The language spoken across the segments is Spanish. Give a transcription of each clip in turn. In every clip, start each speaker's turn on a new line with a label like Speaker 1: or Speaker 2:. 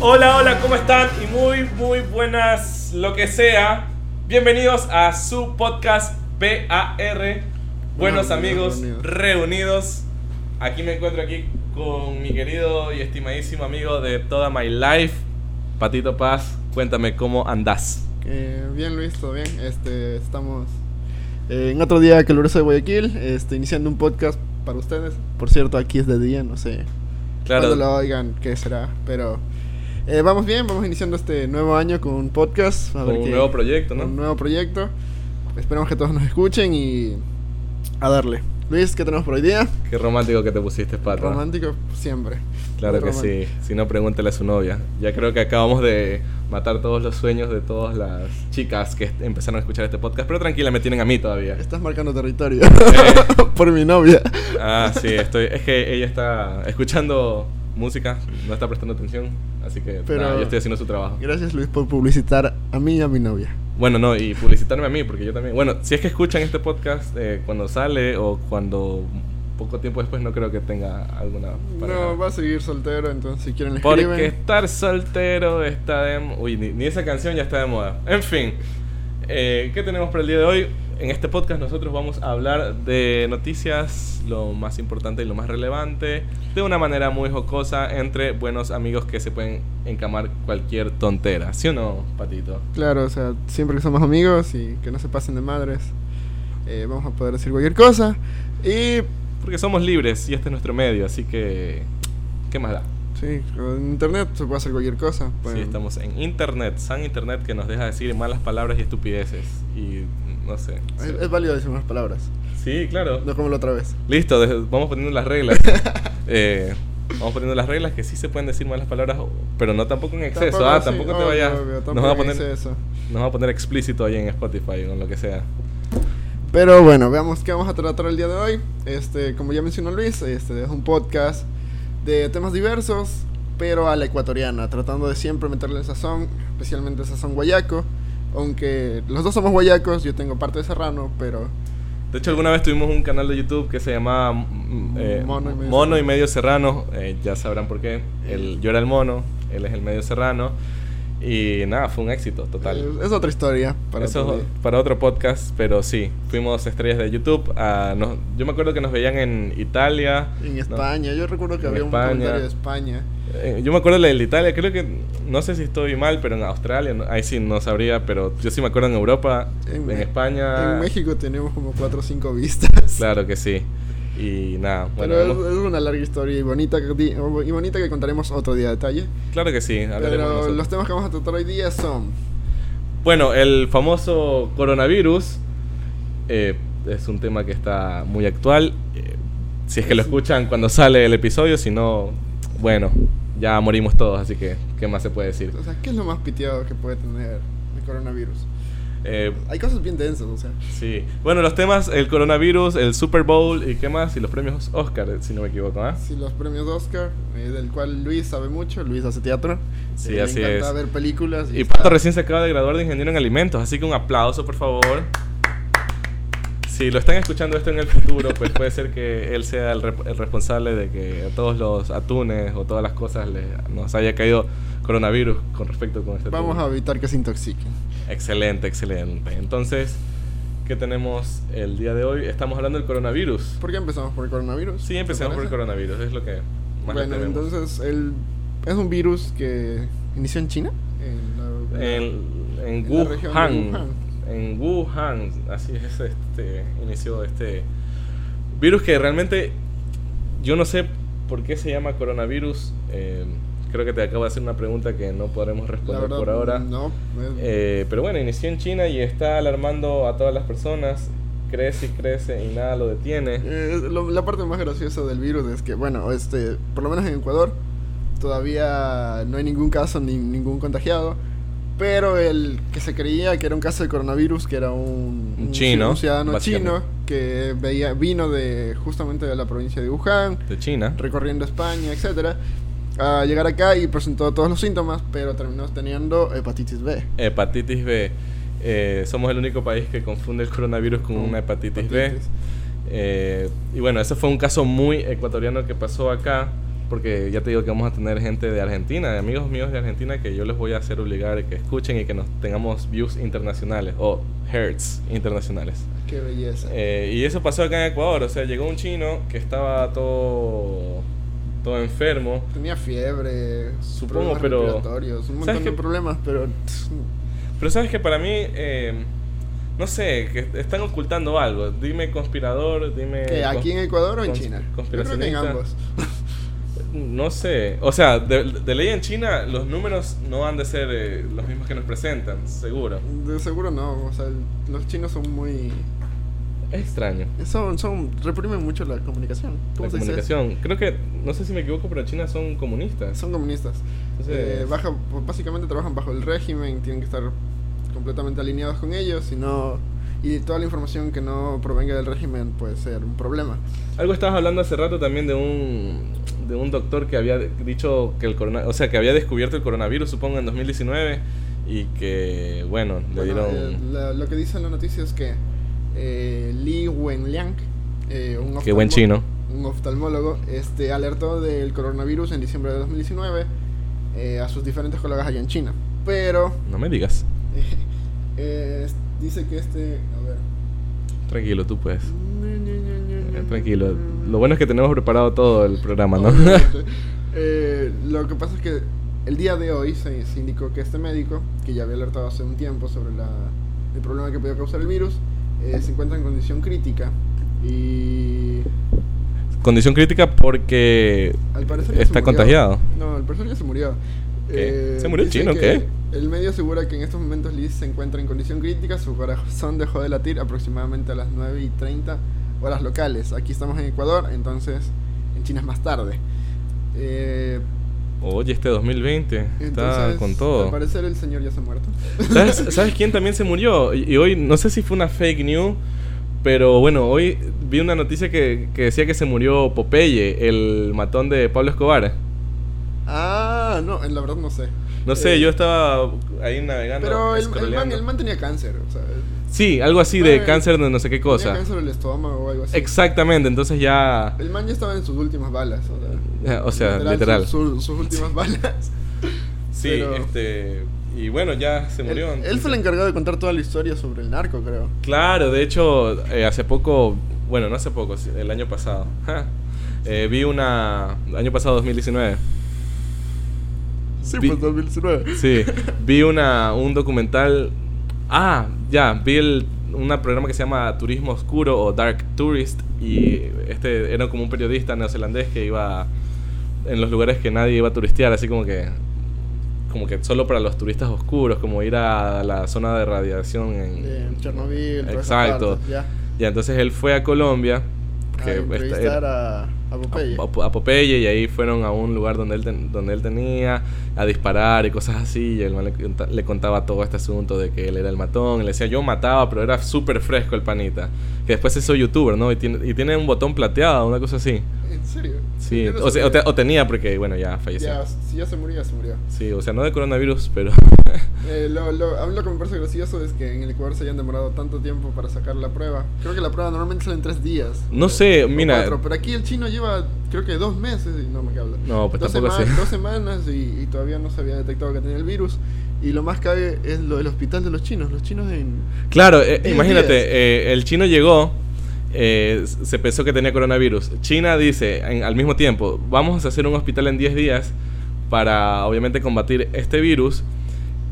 Speaker 1: tal? ¿Cómo están? Y muy, muy buenas, lo que sea. Bienvenidos a su podcast BAR, Buenos
Speaker 2: Buenos
Speaker 1: Amigos
Speaker 2: Amigos
Speaker 1: reunidos. Aquí me encuentro aquí con mi querido y estimadísimo amigo de toda my life, Patito Paz. Cuéntame cómo andás.
Speaker 2: Eh, bien Luis, todo bien. Este, estamos eh, en otro día caluroso de Guayaquil, este, iniciando un podcast para ustedes. Por cierto, aquí es de día, no sé cuando lo oigan qué será, pero eh, vamos bien, vamos iniciando este nuevo año con un podcast, a
Speaker 1: con
Speaker 2: ver
Speaker 1: un
Speaker 2: qué-
Speaker 1: nuevo proyecto, ¿no?
Speaker 2: un nuevo proyecto. Esperemos que todos nos escuchen y a darle. Luis, ¿qué tenemos por hoy día?
Speaker 1: Qué romántico que te pusiste, Pato.
Speaker 2: Romántico siempre.
Speaker 1: Claro
Speaker 2: Muy
Speaker 1: que
Speaker 2: romántico.
Speaker 1: sí, si no pregúntale a su novia. Ya creo que acabamos de matar todos los sueños de todas las chicas que est- empezaron a escuchar este podcast, pero tranquila, me tienen a mí todavía. Eh,
Speaker 2: Estás marcando territorio por mi novia.
Speaker 1: Ah, sí, estoy, es que ella está escuchando música, no está prestando atención, así que
Speaker 2: Pero-
Speaker 1: nada, yo estoy haciendo su trabajo.
Speaker 2: Gracias Luis por publicitar a mí y a mi novia.
Speaker 1: Bueno, no, y publicitarme a mí, porque yo también... Bueno, si es que escuchan este podcast eh, cuando sale o cuando poco tiempo después, no creo que tenga alguna... pareja.
Speaker 2: No, va a seguir soltero, entonces si quieren le escriben.
Speaker 1: Porque estar soltero está de... mo- Uy, ni, ni esa canción ya está de moda. En fin, eh, ¿qué tenemos para el día de hoy? En este podcast nosotros vamos a hablar de noticias, lo más importante y lo más relevante, de una manera muy jocosa entre buenos amigos que se pueden encamar cualquier tontera. ¿Sí o no, Patito?
Speaker 2: Claro, o sea, siempre que somos amigos y que no se pasen de madres, eh, vamos a poder decir cualquier cosa. Y
Speaker 1: Porque somos libres y este es nuestro medio, así que... ¿Qué más da?
Speaker 2: sí, en internet se puede hacer cualquier cosa.
Speaker 1: Sí,
Speaker 2: pueden-
Speaker 1: estamos en internet, san internet que nos deja decir malas palabras y estupideces. Y no sé.
Speaker 2: Es, es válido decir unas palabras,
Speaker 1: Sí, claro.
Speaker 2: eh. no como la otra vez.
Speaker 1: Listo, de- vamos poniendo las reglas. Eh, vamos poniendo las reglas que sí se pueden decir malas palabras, pero no tampoco en exceso. ah,
Speaker 2: sí,
Speaker 1: tampoco te
Speaker 2: obvio,
Speaker 1: vayas.
Speaker 2: obvio,
Speaker 1: nos,
Speaker 2: tampoco
Speaker 1: va a
Speaker 2: en
Speaker 1: poner,
Speaker 2: exceso.
Speaker 1: nos va a poner explícito ahí en Spotify o en lo que sea.
Speaker 2: Pero bueno, veamos qué vamos a tratar el día de hoy. Este, como ya mencionó Luis, este es un podcast de temas diversos, pero a la ecuatoriana, tratando de siempre meterle sazón, especialmente sazón guayaco. Aunque los dos somos guayacos, yo tengo parte de serrano, pero
Speaker 1: De hecho, alguna vez tuvimos un canal de YouTube que se llamaba mm, eh,
Speaker 2: Mono y Medio
Speaker 1: Mono y
Speaker 2: Serrano. Eh.
Speaker 1: Medio Serrano. eh, ya sabrán por qué. El, yo era el mono, él es el medio serrano. Y nada, fue un éxito total.
Speaker 2: eh, es otra historia para
Speaker 1: Eso es
Speaker 2: otro
Speaker 1: o-
Speaker 2: día.
Speaker 1: para otro podcast, pero sí, fuimos estrellas de YouTube. ah, nos- yo me acuerdo que nos veían en Italia.
Speaker 2: En
Speaker 1: ¿no?
Speaker 2: España, yo recuerdo que
Speaker 1: En
Speaker 2: había
Speaker 1: España.
Speaker 2: un comentario de España.
Speaker 1: Eh, yo me acuerdo la de Italia, creo que, no sé si estoy mal, pero en Australia, no- ahí sí no sabría, pero yo sí me acuerdo en Europa, en, España.
Speaker 2: En México tenemos como 4 o 5 vistas.
Speaker 1: Claro que sí. Y nada, bueno,
Speaker 2: pero
Speaker 1: hemos-
Speaker 2: es, es una larga historia y bonita, que di- y bonita que contaremos otro día a detalle.
Speaker 1: claro que sí. hablaremos
Speaker 2: Pero
Speaker 1: nosotros.
Speaker 2: los temas que vamos a tratar hoy día son.
Speaker 1: Bueno, el famoso coronavirus eh, es un tema que está muy actual. eh, si es que lo escuchan cuando sale el episodio, si no, bueno, ya morimos todos, así que, ¿qué más se puede decir?
Speaker 2: O sea, ¿qué es lo más piteado que puede tener el coronavirus?
Speaker 1: Eh,
Speaker 2: Hay cosas bien densas, o sea.
Speaker 1: Sí. Bueno, los temas, el coronavirus, el Super Bowl y qué más, y los premios Oscar, si no me equivoco, ¿ah?
Speaker 2: Si los premios Oscar, eh, del cual Luis sabe mucho, Luis hace teatro. eh,
Speaker 1: Sí,
Speaker 2: le
Speaker 1: así
Speaker 2: encanta
Speaker 1: es.
Speaker 2: ver películas.
Speaker 1: Y
Speaker 2: está-
Speaker 1: Pato recién se acaba de graduar de ingeniero en alimentos, así que un aplauso, por favor. Si lo están escuchando esto en el futuro, pues puede ser que él sea el, rep- el responsable de que a todos los atunes o todas las cosas le- nos haya caído coronavirus con respecto con este
Speaker 2: Vamos a
Speaker 1: atún.
Speaker 2: evitar que se intoxiquen.
Speaker 1: Excelente, excelente. Entonces, ¿qué tenemos el día de hoy? Estamos hablando del coronavirus.
Speaker 2: ¿Por qué empezamos por el coronavirus?
Speaker 1: Sí, empecemos por el
Speaker 2: ¿Te parece?
Speaker 1: coronavirus, es lo que más le
Speaker 2: Bueno,
Speaker 1: tenemos.
Speaker 2: entonces el, es un virus que inició en China. En la-
Speaker 1: en, en
Speaker 2: en la región de
Speaker 1: Wuhan.
Speaker 2: Wuhan.
Speaker 1: En Wuhan, así es, este, inició este virus que realmente yo no sé por qué se llama coronavirus. eh, creo que te acabo de hacer una pregunta que no podremos
Speaker 2: la
Speaker 1: responder
Speaker 2: verdad,
Speaker 1: por ahora.
Speaker 2: No. es-
Speaker 1: Eh, pero bueno, inició en China y está alarmando a todas las personas. Crece y crece y nada lo detiene.
Speaker 2: Eh, lo- la parte más graciosa del virus es que, bueno, este, por lo menos en Ecuador todavía no hay ningún caso ni ningún contagiado, pero el que se creía que era un caso de coronavirus, que era un,
Speaker 1: Un chino,
Speaker 2: un ciudadano
Speaker 1: básicamente.
Speaker 2: chino que veía, vino de justamente de la provincia de Wuhan,
Speaker 1: De China.
Speaker 2: recorriendo España, etcétera, a llegar acá y presentó todos los síntomas, pero terminó teniendo hepatitis B.
Speaker 1: Hepatitis B. Eh, somos el único país que confunde el coronavirus con una hepatitis B. Eh, y bueno, ese fue un caso muy ecuatoriano que pasó acá. Porque ya te digo que vamos a tener gente de Argentina, de amigos míos de Argentina, que yo les voy a hacer obligar que escuchen y que nos tengamos views internacionales o hertz internacionales.
Speaker 2: Qué belleza.
Speaker 1: Eh, y eso pasó acá en Ecuador, o sea, llegó un chino que estaba todo, todo enfermo.
Speaker 2: Tenía fiebre,
Speaker 1: Supongo,
Speaker 2: problemas
Speaker 1: pero-
Speaker 2: respiratorios, un
Speaker 1: ¿sabes
Speaker 2: montón de
Speaker 1: qué?
Speaker 2: problemas, pero tss,
Speaker 1: Pero sabes que para mí, eh, no sé, que están ocultando algo. Dime conspirador, dime...
Speaker 2: ¿qué,
Speaker 1: cons-
Speaker 2: aquí en Ecuador o en
Speaker 1: cons-
Speaker 2: China? Yo creo que en
Speaker 1: conspiracionista.
Speaker 2: ambos.
Speaker 1: No sé, o sea, de, de ley en China los números no han de ser eh, los mismos que nos presentan, seguro.
Speaker 2: De seguro no, o sea, el- los chinos son muy
Speaker 1: Es extraño.
Speaker 2: son son reprimen mucho la comunicación. ¿Cómo
Speaker 1: La
Speaker 2: se dice?
Speaker 1: comunicación. Creo que, no sé si me equivoco, pero en China son comunistas.
Speaker 2: Son comunistas.
Speaker 1: Entonces-
Speaker 2: Eh, baja, pues, básicamente trabajan bajo el régimen, tienen que estar completamente alineados con ellos y no y toda la información que no provenga del régimen puede ser un problema.
Speaker 1: Algo estabas hablando hace rato también de un, de un doctor que había dicho que el corona, o sea, que había descubierto el coronavirus, supongo, en 2019 y que, bueno, le
Speaker 2: Bueno,
Speaker 1: dieron...
Speaker 2: eh, la- lo que dice la noticia es que eh, Li Wenliang, eh, un
Speaker 1: Qué buen
Speaker 2: oftalmo-
Speaker 1: chino.
Speaker 2: un oftalmólogo, este, alertó del coronavirus en diciembre de 2019 eh, a sus diferentes colegas allá en China. Pero
Speaker 1: No me digas.
Speaker 2: eh, eh, dice que este, a ver,
Speaker 1: Tranquilo, tú puedes. Eh, Tranquilo. Lo bueno es que tenemos preparado todo el programa, ¿no?
Speaker 2: Obviamente. Eh, lo que pasa es que el día de hoy se, se indicó que este médico, que ya había alertado hace un tiempo sobre la, el problema que podía causar el virus, eh, se encuentra en condición crítica y
Speaker 1: Condición crítica porque
Speaker 2: al parecer... ya se
Speaker 1: está
Speaker 2: murió.
Speaker 1: contagiado.
Speaker 2: No, al parecer ya se murió. Eh,
Speaker 1: ¿Qué? ¿Se murió el
Speaker 2: dice
Speaker 1: chino o
Speaker 2: que
Speaker 1: qué?
Speaker 2: El medio asegura que en estos momentos Liz se encuentra en condición crítica, su corazón dejó de latir aproximadamente a las 9 y 30 horas locales. Aquí estamos en Ecuador, entonces en China es más tarde. Eh,
Speaker 1: Oye, este 2020 está
Speaker 2: Entonces,
Speaker 1: con
Speaker 2: Al
Speaker 1: todo.
Speaker 2: parecer el señor ya se ha muerto.
Speaker 1: ¿Sabes, sabes quién también se murió? Y, y hoy, no sé si fue una fake news, pero bueno, hoy vi una noticia que, que decía que se murió Popeye, el matón de Pablo Escobar.
Speaker 2: Ah, no, en la verdad no sé.
Speaker 1: No sé,
Speaker 2: Eh,
Speaker 1: yo estaba ahí navegando.
Speaker 2: Pero el, el man,
Speaker 1: scrolleando.
Speaker 2: el man tenía cáncer, o sea.
Speaker 1: Sí, algo así
Speaker 2: Ah,
Speaker 1: de
Speaker 2: el-
Speaker 1: cáncer de no sé qué cosa.
Speaker 2: Tenía cáncer en el estómago o algo así.
Speaker 1: Exactamente, entonces ya.
Speaker 2: El man ya estaba en sus últimas balas, o sea.
Speaker 1: O sea, literal.
Speaker 2: Sus, sus- sus últimas balas.
Speaker 1: Sí,
Speaker 2: pero-
Speaker 1: este. Y bueno, ya se murió.
Speaker 2: Él, él
Speaker 1: entonces-
Speaker 2: fue el encargado de contar toda la historia sobre el narco, creo.
Speaker 1: Claro, de hecho, eh, hace poco, bueno, no hace poco, sí, el año pasado, ja, eh, vi una, el año pasado 2019,
Speaker 2: Sí,
Speaker 1: Vi-
Speaker 2: pues 2019.
Speaker 1: sí, vi una, un documental, ah, ya, vi el, un programa que se llama Turismo Oscuro o Dark Tourist y este era como un periodista neozelandés que iba en los lugares que nadie iba a turistear, así como que, como que solo para los turistas oscuros, como ir a la zona de radiación en,
Speaker 2: En Chernobyl, todas esas
Speaker 1: Mm. Exacto.
Speaker 2: partes, ya.
Speaker 1: Ya, entonces él fue a Colombia.
Speaker 2: a
Speaker 1: Porque esta-
Speaker 2: entrevistar
Speaker 1: era-
Speaker 2: a, a Popeye.
Speaker 1: a, a- a Popeye y ahí fueron a un lugar donde él, ten- donde él tenía a disparar y cosas así. Y el man le, cont- le contaba todo este asunto de que él era el matón. y le decía, yo mataba, pero era súper fresco el panita. Que después se hizo youtuber, ¿no? Y tiene, y tiene un botón plateado, una cosa así.
Speaker 2: ¿En serio?
Speaker 1: Sí,
Speaker 2: Yo no
Speaker 1: o, sea, o
Speaker 2: sabía.
Speaker 1: te- o tenía porque, bueno, ya falleció.
Speaker 2: Ya, si ya se murió, ya se murió.
Speaker 1: Sí, o sea, no de coronavirus, pero...
Speaker 2: Eh, lo, lo, a mí lo que me parece gracioso es que en el Ecuador se hayan demorado tanto tiempo para sacar la prueba. Creo que la prueba normalmente sale en tres días.
Speaker 1: No sé,
Speaker 2: O
Speaker 1: mira...
Speaker 2: cuatro, pero aquí el chino lleva creo que dos meses y no me habla.
Speaker 1: No, pues
Speaker 2: dos,
Speaker 1: tampoco
Speaker 2: sema-
Speaker 1: así.
Speaker 2: dos semanas y, y todavía no se había detectado que tenía el virus. Y lo más cabe es lo del hospital de los chinos. Los chinos en...
Speaker 1: Claro, eh,
Speaker 2: Diez días.
Speaker 1: imagínate, eh, el chino llegó, eh, s- se pensó que tenía coronavirus. China dice en- al mismo tiempo, vamos a hacer un hospital en 10 días para obviamente combatir este virus.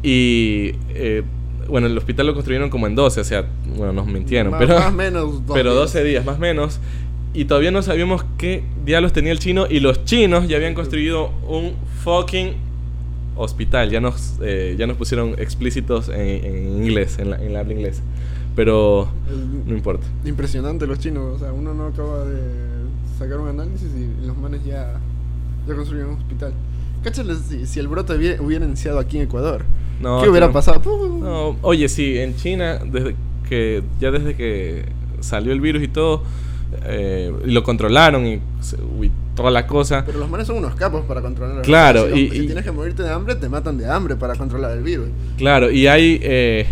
Speaker 1: Y eh, bueno, el hospital lo construyeron como en 12, o sea, bueno, nos mintieron,
Speaker 2: más,
Speaker 1: pero,
Speaker 2: más menos dos
Speaker 1: pero
Speaker 2: días.
Speaker 1: 12 días más o menos. Y todavía no sabíamos qué diablos tenía el chino y los chinos ya habían construido un fucking hospital. Ya nos, eh, ya nos pusieron explícitos en, en inglés, en la, en la habla inglesa. Pero no
Speaker 2: El-
Speaker 1: importa.
Speaker 2: Impresionante los chinos. O sea, uno no acaba de sacar un análisis y los manes ya, ya construyeron un hospital. Cáchales si, si el brote hubiera, hubiera iniciado aquí en Ecuador.
Speaker 1: No,
Speaker 2: ¿Qué hubiera
Speaker 1: no.
Speaker 2: pasado? Puh.
Speaker 1: No, oye, sí, en China, desde que ya desde que salió el virus y todo, eh, y lo controlaron y, se- y toda la cosa.
Speaker 2: Pero los manes son unos capos para controlar el virus.
Speaker 1: Claro,
Speaker 2: Si, los-
Speaker 1: y-
Speaker 2: si
Speaker 1: y-
Speaker 2: tienes que morirte de hambre, te matan de hambre para controlar el virus.
Speaker 1: Claro, y hay eh,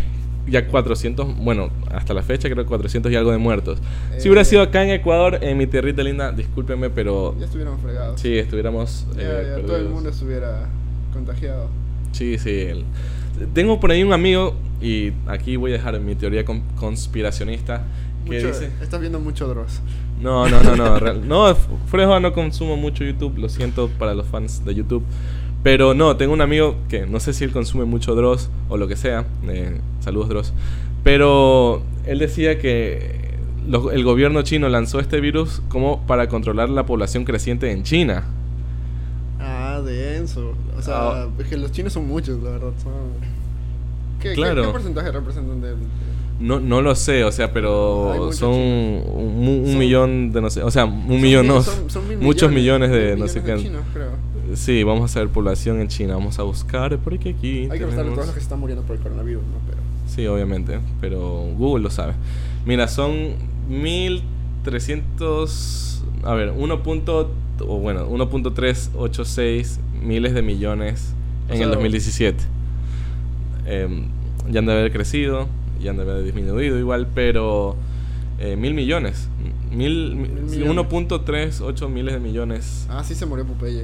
Speaker 1: ya 400, bueno, hasta la fecha creo 400 y algo de muertos. si hubiera
Speaker 2: Eh,
Speaker 1: sido acá en Ecuador, en mi tierrita linda, discúlpenme, pero
Speaker 2: Ya estuvieron fregados.
Speaker 1: sí, estuviéramos... eh,
Speaker 2: Ya, ya todo el
Speaker 1: perdidos.
Speaker 2: mundo estuviera contagiado.
Speaker 1: Sí, sí. el- Tengo por ahí un amigo, y aquí voy a dejar mi teoría con- conspiracionista, que
Speaker 2: Mucho-
Speaker 1: dice...
Speaker 2: Estás viendo mucho Dross.
Speaker 1: No, no, no, no. real- no, f- fuera de joda no consumo mucho YouTube, lo siento para los fans de YouTube. Pero no, tengo un amigo que no sé si él consume mucho Dross o lo que sea. eh, saludos Dross. Pero él decía que lo- el gobierno chino lanzó este virus como para controlar la población creciente en China.
Speaker 2: Ah, denso. O sea,
Speaker 1: Ah.
Speaker 2: es que los chinos son muchos, la verdad. Son... ¿Qué- ¿Qué,
Speaker 1: Claro.
Speaker 2: qué porcentaje representan del...?
Speaker 1: No, no lo sé, o sea,
Speaker 2: Hay
Speaker 1: pero
Speaker 2: mucho
Speaker 1: son un,
Speaker 2: chino.
Speaker 1: un
Speaker 2: Son-
Speaker 1: millón de no sé, o sea, un
Speaker 2: Son
Speaker 1: millón
Speaker 2: mil-
Speaker 1: no,
Speaker 2: son- son mil
Speaker 1: muchos millones, de
Speaker 2: mil
Speaker 1: no sé qué.
Speaker 2: millones de chinos, creo.
Speaker 1: Sí, vamos a hacer población en China. Vamos a buscar porque aquí.
Speaker 2: Hay que restarle
Speaker 1: tenemos-
Speaker 2: todos los que se están muriendo por el coronavirus, ¿no? Pero...
Speaker 1: Sí, obviamente. Pero Google lo sabe. Mira, son 1300. A ver, 1. punto- O bueno, 1.386 miles de millones
Speaker 2: O
Speaker 1: en el
Speaker 2: sea,
Speaker 1: 2017. Em, ya han de haber crecido, ya han de haber disminuido igual, pero. eh, mil millones. Mil, mi-
Speaker 2: Mil
Speaker 1: sí,
Speaker 2: millones.
Speaker 1: 1.38 miles de millones.
Speaker 2: Ah, sí se murió Popeye.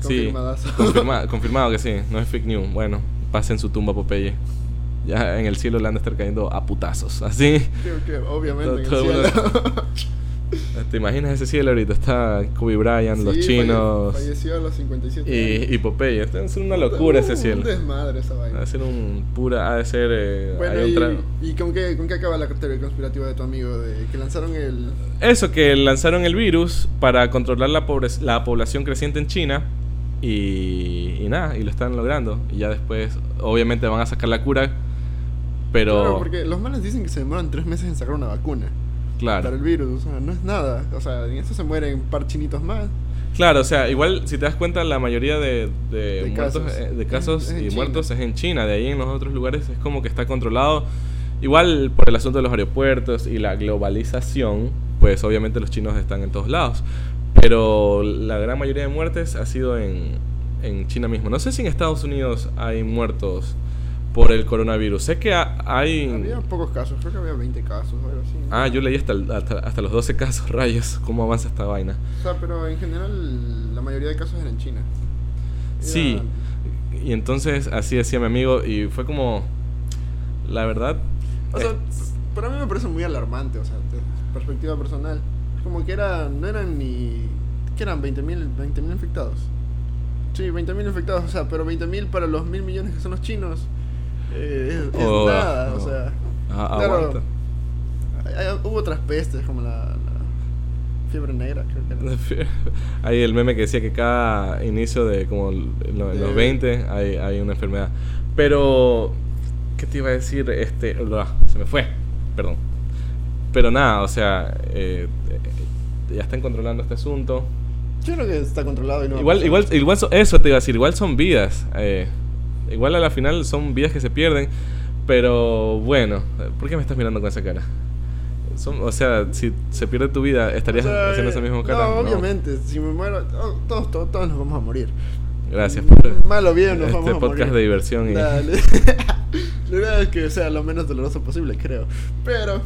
Speaker 1: Sí,
Speaker 2: Confirmadazo.
Speaker 1: confirma- confirmado que sí, no es fake news. Bueno, pasen su tumba Popeye. Ya en el cielo le han de estar cayendo a putazos. Así,
Speaker 2: Creo que obviamente
Speaker 1: Todo-
Speaker 2: en el
Speaker 1: todo el
Speaker 2: cielo.
Speaker 1: ¿te imaginas ese cielo ahorita? Está Kobe Bryant, los
Speaker 2: Sí, falle-
Speaker 1: chinos
Speaker 2: Falleció a los 57 años.
Speaker 1: y, y Popeye. Está es una locura ese
Speaker 2: Uh,
Speaker 1: cielo.
Speaker 2: Un desmadre esa
Speaker 1: Ha
Speaker 2: vaina.
Speaker 1: de ser un pura. Ha de ser. eh,
Speaker 2: Bueno,
Speaker 1: hay un
Speaker 2: y,
Speaker 1: tra-
Speaker 2: ¿y con, qué, con qué acaba la teoría conspirativa de tu amigo? De que lanzaron el...
Speaker 1: Eso, que lanzaron el virus para controlar la, pobre- la población creciente en China. Y, y nada, y lo están logrando. Y ya después, obviamente, van a sacar la cura. Pero.
Speaker 2: Claro, porque los manes dicen que se demoran tres meses en sacar una vacuna
Speaker 1: claro.
Speaker 2: para el virus. O sea, no es nada. O sea, en eso se mueren un par chinitos más.
Speaker 1: Claro, o sea, igual si te das cuenta, la mayoría de, de
Speaker 2: De
Speaker 1: muertos,
Speaker 2: casos.
Speaker 1: eh, de casos
Speaker 2: Es- es en
Speaker 1: y
Speaker 2: China.
Speaker 1: muertos es en China, de ahí en los otros lugares es como que está controlado. Igual por el asunto de los aeropuertos y la globalización, pues obviamente los chinos están en todos lados. Pero la gran mayoría de muertes ha sido en, en China mismo. No sé si en Estados Unidos hay muertos por el coronavirus. Sé que ha- hay...
Speaker 2: Había pocos casos, creo que había 20 casos o algo así. ¿no?
Speaker 1: Ah, yo leí hasta, el- hasta, hasta los 12 casos, rayos, cómo avanza esta vaina.
Speaker 2: O sea, pero en general la mayoría de casos eran en China. Era-
Speaker 1: Sí. Y entonces así decía mi amigo y fue como, la verdad,
Speaker 2: O
Speaker 1: eh,
Speaker 2: sea, para mí me parece muy alarmante, o sea, desde perspectiva personal. Como que era, no eran ni... ¿Qué eran? 20.000 20.000 infectados. Sí, 20.000 infectados, o sea, pero 20.000 para los mil millones que son los chinos. eh, es, es
Speaker 1: Oh,
Speaker 2: nada,
Speaker 1: no.
Speaker 2: o sea...
Speaker 1: a-
Speaker 2: claro.
Speaker 1: aguanta.
Speaker 2: Hay- hay- hubo otras pestes como la, la fiebre negra, creo que era.
Speaker 1: Hay el meme que decía que cada inicio de como lo-
Speaker 2: De-
Speaker 1: los 20 hay, hay una enfermedad. Pero, ¿qué te iba a decir? Este, bla, se me fue, perdón. Pero nada, o sea, eh, eh, ya están controlando este asunto.
Speaker 2: Yo creo que está controlado y no va a
Speaker 1: Igual,
Speaker 2: pasar.
Speaker 1: igual, igual so- eso te iba a decir, igual son vidas. eh, igual a la final son vidas que se pierden. Pero bueno, eh, ¿por qué me estás mirando con esa cara? Son- o sea, si se pierde tu vida, ¿estarías
Speaker 2: O sea,
Speaker 1: haciendo esa misma cara?
Speaker 2: No, obviamente, si me muero, to- todos, todos, todos nos vamos a morir.
Speaker 1: Gracias
Speaker 2: Mm, Mal o bien, nos
Speaker 1: este
Speaker 2: vamos a morir.
Speaker 1: podcast de diversión y-
Speaker 2: Dale. La verdad es que sea lo menos doloroso posible, creo. Pero.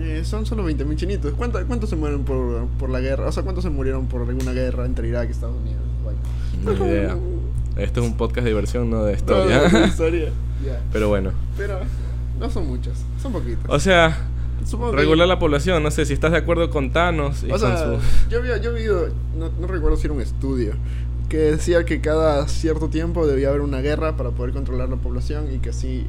Speaker 2: eh, son solo 20.000 chinitos. ¿Cuánto- ¿Cuántos se mueren por, por la guerra? O sea, ¿cuántos se murieron por alguna guerra entre Irak y Estados Unidos? Bueno.
Speaker 1: Ni idea. Este es un podcast de diversión, no de historia.
Speaker 2: No, no, no, historia. Ya.
Speaker 1: pero bueno.
Speaker 2: Pero no son muchas, son poquitas.
Speaker 1: O sea,
Speaker 2: Supongo que-
Speaker 1: regular la población. No sé si estás de acuerdo con Thanos y
Speaker 2: O
Speaker 1: con
Speaker 2: sea,
Speaker 1: su-
Speaker 2: yo vi, yo vi no, no recuerdo si era un estudio, que decía que cada cierto tiempo debía haber una guerra para poder controlar la población y que así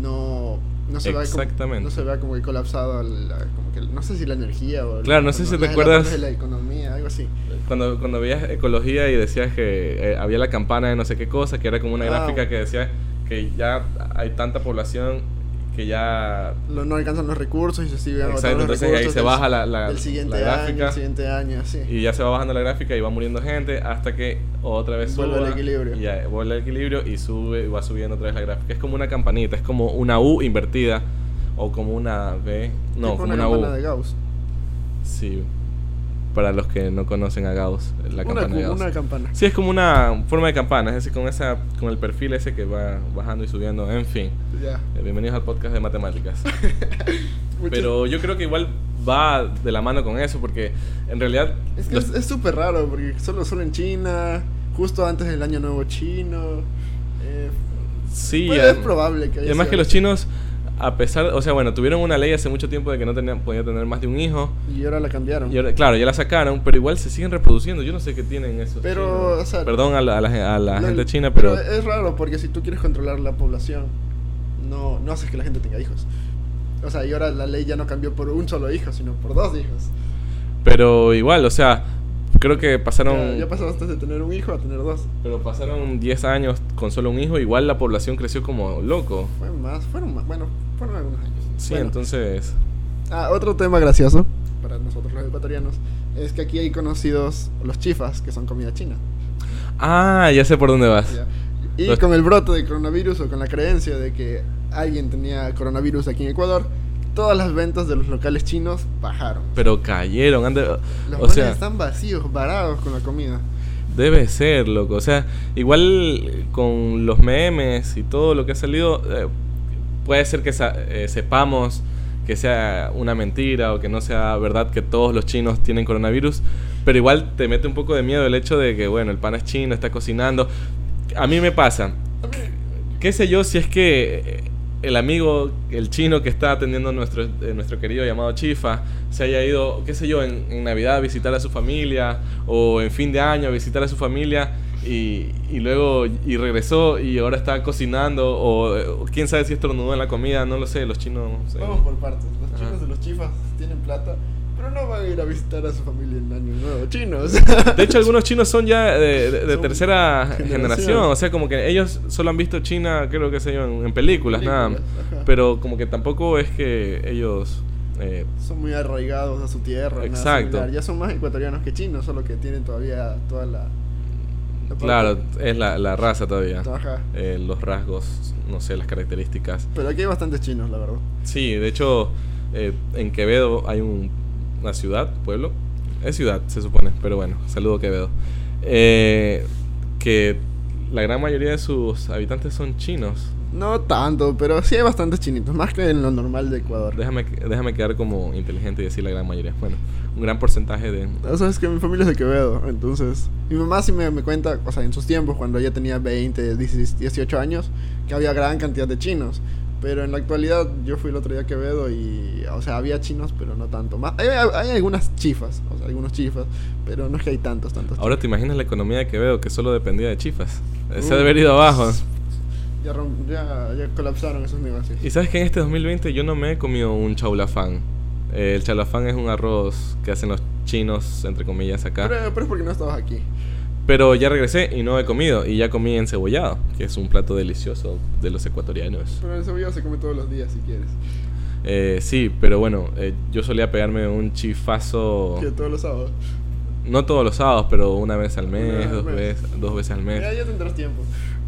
Speaker 2: no, no, se, vea como-
Speaker 1: Exactamente.
Speaker 2: no se vea como que colapsado, la- como que, no sé si la energía o...
Speaker 1: Claro, no sé si te
Speaker 2: la- la-
Speaker 1: acuerdas-
Speaker 2: La, economía, algo así.
Speaker 1: Cuando, cuando veías ecología y decías que eh, había la campana de no sé qué cosa, que era como una
Speaker 2: Ah.
Speaker 1: gráfica que decía que ya hay tanta población que ya...
Speaker 2: Lo- no alcanzan los recursos y se siguen agotando
Speaker 1: Exacto,
Speaker 2: los
Speaker 1: entonces ahí
Speaker 2: recursos
Speaker 1: se
Speaker 2: del-
Speaker 1: baja la, la,
Speaker 2: del siguiente
Speaker 1: la
Speaker 2: año,
Speaker 1: gráfica
Speaker 2: el siguiente año, así.
Speaker 1: y ya se va bajando la gráfica y va muriendo gente hasta que otra vez
Speaker 2: Vuelve al
Speaker 1: suba,
Speaker 2: equilibrio.
Speaker 1: Y ya, vuelve al equilibrio y sube y va subiendo otra vez la gráfica. Es como una campanita, es como una U invertida o como una B. No,
Speaker 2: Tipo
Speaker 1: como
Speaker 2: una
Speaker 1: una,
Speaker 2: campana de
Speaker 1: U.
Speaker 2: Gauss.
Speaker 1: Sí. para los que no conocen a Gauss, la
Speaker 2: una,
Speaker 1: campana de
Speaker 2: cu-
Speaker 1: Gauss.
Speaker 2: una campana.
Speaker 1: Sí, es como una forma de campana, es decir, con, esa, con el perfil ese que va bajando y subiendo, en fin.
Speaker 2: Ya.
Speaker 1: Eh, Bienvenidos al podcast de matemáticas.
Speaker 2: Muchas-
Speaker 1: Pero yo creo que igual va de la mano con eso, porque en realidad...
Speaker 2: Es que
Speaker 1: los-
Speaker 2: es- es súper raro, porque solo, solo en China, justo antes del Año Nuevo Chino. eh,
Speaker 1: sí,
Speaker 2: bueno,
Speaker 1: ya-
Speaker 2: es probable
Speaker 1: Y
Speaker 2: que haya
Speaker 1: además
Speaker 2: sido
Speaker 1: que los
Speaker 2: antes.
Speaker 1: chinos, a pesar, o sea, bueno, tuvieron una ley hace mucho tiempo de que no tenían, podían tener más de un hijo.
Speaker 2: Y ahora la cambiaron.
Speaker 1: Y ahora- claro, ya la sacaron, pero igual se siguen reproduciendo. Yo no sé qué tienen esos.
Speaker 2: Pero,
Speaker 1: chinos.
Speaker 2: o sea,
Speaker 1: Perdón a la, a la- a la
Speaker 2: Lo-
Speaker 1: gente china, pero.
Speaker 2: es raro, porque si tú quieres controlar la población, no, no haces que la gente tenga hijos. O sea, y ahora la ley ya no cambió por un solo hijo, sino por dos hijos.
Speaker 1: Pero igual, o sea, creo que pasaron.
Speaker 2: Ya, ya pasaste de tener un hijo a tener dos.
Speaker 1: Pero pasaron 10 años con solo un hijo, igual la población creció como loco.
Speaker 2: Fue más, fueron más, bueno, fueron algunos años.
Speaker 1: Sí,
Speaker 2: Bueno,
Speaker 1: entonces.
Speaker 2: Ah, otro tema gracioso para nosotros los ecuatorianos es que aquí hay conocidos los chifas, que son comida china.
Speaker 1: Ah, ya sé por dónde vas.
Speaker 2: Ya. Y
Speaker 1: Los-
Speaker 2: con el brote de coronavirus o con la creencia de que alguien tenía coronavirus aquí en Ecuador, todas las ventas de los locales chinos bajaron.
Speaker 1: Pero cayeron. han de-
Speaker 2: Los
Speaker 1: o
Speaker 2: bares
Speaker 1: sea,
Speaker 2: están vacíos, varados con la comida.
Speaker 1: Debe ser, loco. O sea, igual eh, con los memes y todo lo que ha salido, eh, puede ser que sa- eh, sepamos que sea una mentira o que no sea verdad que todos los chinos tienen coronavirus, pero igual te mete un poco de miedo el hecho de que, bueno, el pan es chino, está cocinando. A mí me pasa, qué sé yo, si es que eh, el amigo, el chino que está atendiendo nuestro, eh, nuestro querido llamado Chifa, se haya ido, qué sé yo, en, en Navidad a visitar a su familia o en fin de año a visitar a su familia y, y luego y regresó y ahora está cocinando o eh, quién sabe si estornudó en la comida, no lo sé, los chinos... no sé.
Speaker 2: Vamos por partes. Los
Speaker 1: Ajá.
Speaker 2: chicos de los chifas tienen plata, pero no van a ir a visitar a su familia en Año Nuevo. Chinos.
Speaker 1: De hecho, algunos chinos son ya de, de- de
Speaker 2: Son
Speaker 1: tercera generación.
Speaker 2: generación.
Speaker 1: o sea, como que ellos solo han visto China, creo que sé yo, en, en películas, nada.
Speaker 2: Películas, ajá.
Speaker 1: Pero como que tampoco es que ellos... eh,
Speaker 2: son muy arraigados a su tierra. nada
Speaker 1: Exacto.
Speaker 2: similar. Ya son más ecuatorianos que chinos, solo que tienen todavía toda la. la parte-
Speaker 1: Claro, es la, la raza todavía.
Speaker 2: Ajá.
Speaker 1: Eh, los rasgos, no sé, las características.
Speaker 2: Pero aquí hay bastantes chinos, la verdad.
Speaker 1: Sí, de hecho, eh, en Quevedo hay un- una ciudad, pueblo. Es ciudad, se supone, pero bueno, saludo Quevedo. Eh, que la gran mayoría de sus habitantes son chinos.
Speaker 2: No tanto, pero sí hay bastantes chinitos, más que en lo normal de Ecuador.
Speaker 1: Déjame, déjame quedar como inteligente y decir la gran mayoría. Bueno, un gran porcentaje de...
Speaker 2: Ah, Sabes que mi familia es de Quevedo, entonces. Mi mamá sí me, me cuenta, o sea, en sus tiempos, cuando ella tenía 20, 16, 18 años, que había gran cantidad de chinos. Pero en la actualidad, yo fui el otro día a Quevedo y, o sea, había chinos, pero no tanto. Más, hay, hay- hay algunas chifas, o sea, algunos chifas, pero no es que hay tantos, tantos.
Speaker 1: Ahora
Speaker 2: chifas.
Speaker 1: te imaginas la economía de Quevedo que solo dependía de chifas. Eh, Se ha
Speaker 2: Uh.
Speaker 1: de haber ido abajo.
Speaker 2: Ya, rom- ya- ya colapsaron esos negocios.
Speaker 1: Y sabes que en este 2020 yo no me he comido un chaulafán. Eh, el chaulafán es un arroz que hacen los chinos, entre comillas, acá.
Speaker 2: Pero,
Speaker 1: Pero,
Speaker 2: pero es porque no estabas aquí.
Speaker 1: ya regresé y no he comido. Y ya comí encebollado, que es un plato delicioso de los ecuatorianos.
Speaker 2: Pero el cebollado se come todos los días, si quieres.
Speaker 1: Eh, sí, pero bueno, eh, yo solía pegarme un chifazo.
Speaker 2: Que todos los sábados.
Speaker 1: No todos los sábados, pero una vez al mes,
Speaker 2: Una vez al
Speaker 1: dos,
Speaker 2: mes.
Speaker 1: Veces, dos veces al mes.
Speaker 2: Ya, ya tendrás tiempo.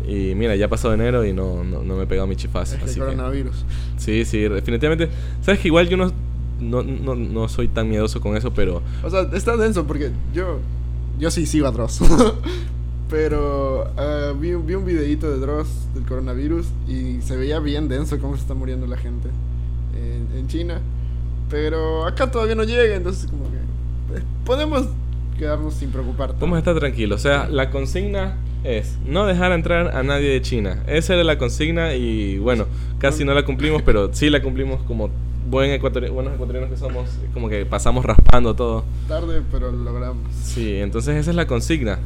Speaker 1: Y mira, ya ha pasado enero y no, no, no me he pegado mi chifazo.
Speaker 2: Es que el
Speaker 1: así que-
Speaker 2: Este, coronavirus.
Speaker 1: Sí, sí, definitivamente. Sabes que igual yo no, no, no, no soy tan miedoso con eso, pero
Speaker 2: O sea, está denso porque yo. Yo sí sigo a Dross. Pero ah, vi, vi un videíto de Dross del coronavirus y se veía bien denso cómo se está muriendo la gente en, en China. Pero acá todavía no llega, entonces, como que. eh, Podemos quedarnos sin preocupar.
Speaker 1: vamos a estar tranquilos. O sea, la consigna es no dejar entrar a nadie de China. Esa era la consigna y bueno, casi no la cumplimos, pero sí la cumplimos como buen ecuatori- buenos ecuatorianos que somos, como que pasamos raspando todo.
Speaker 2: Tarde, pero lo logramos.
Speaker 1: Sí, entonces esa es la consigna.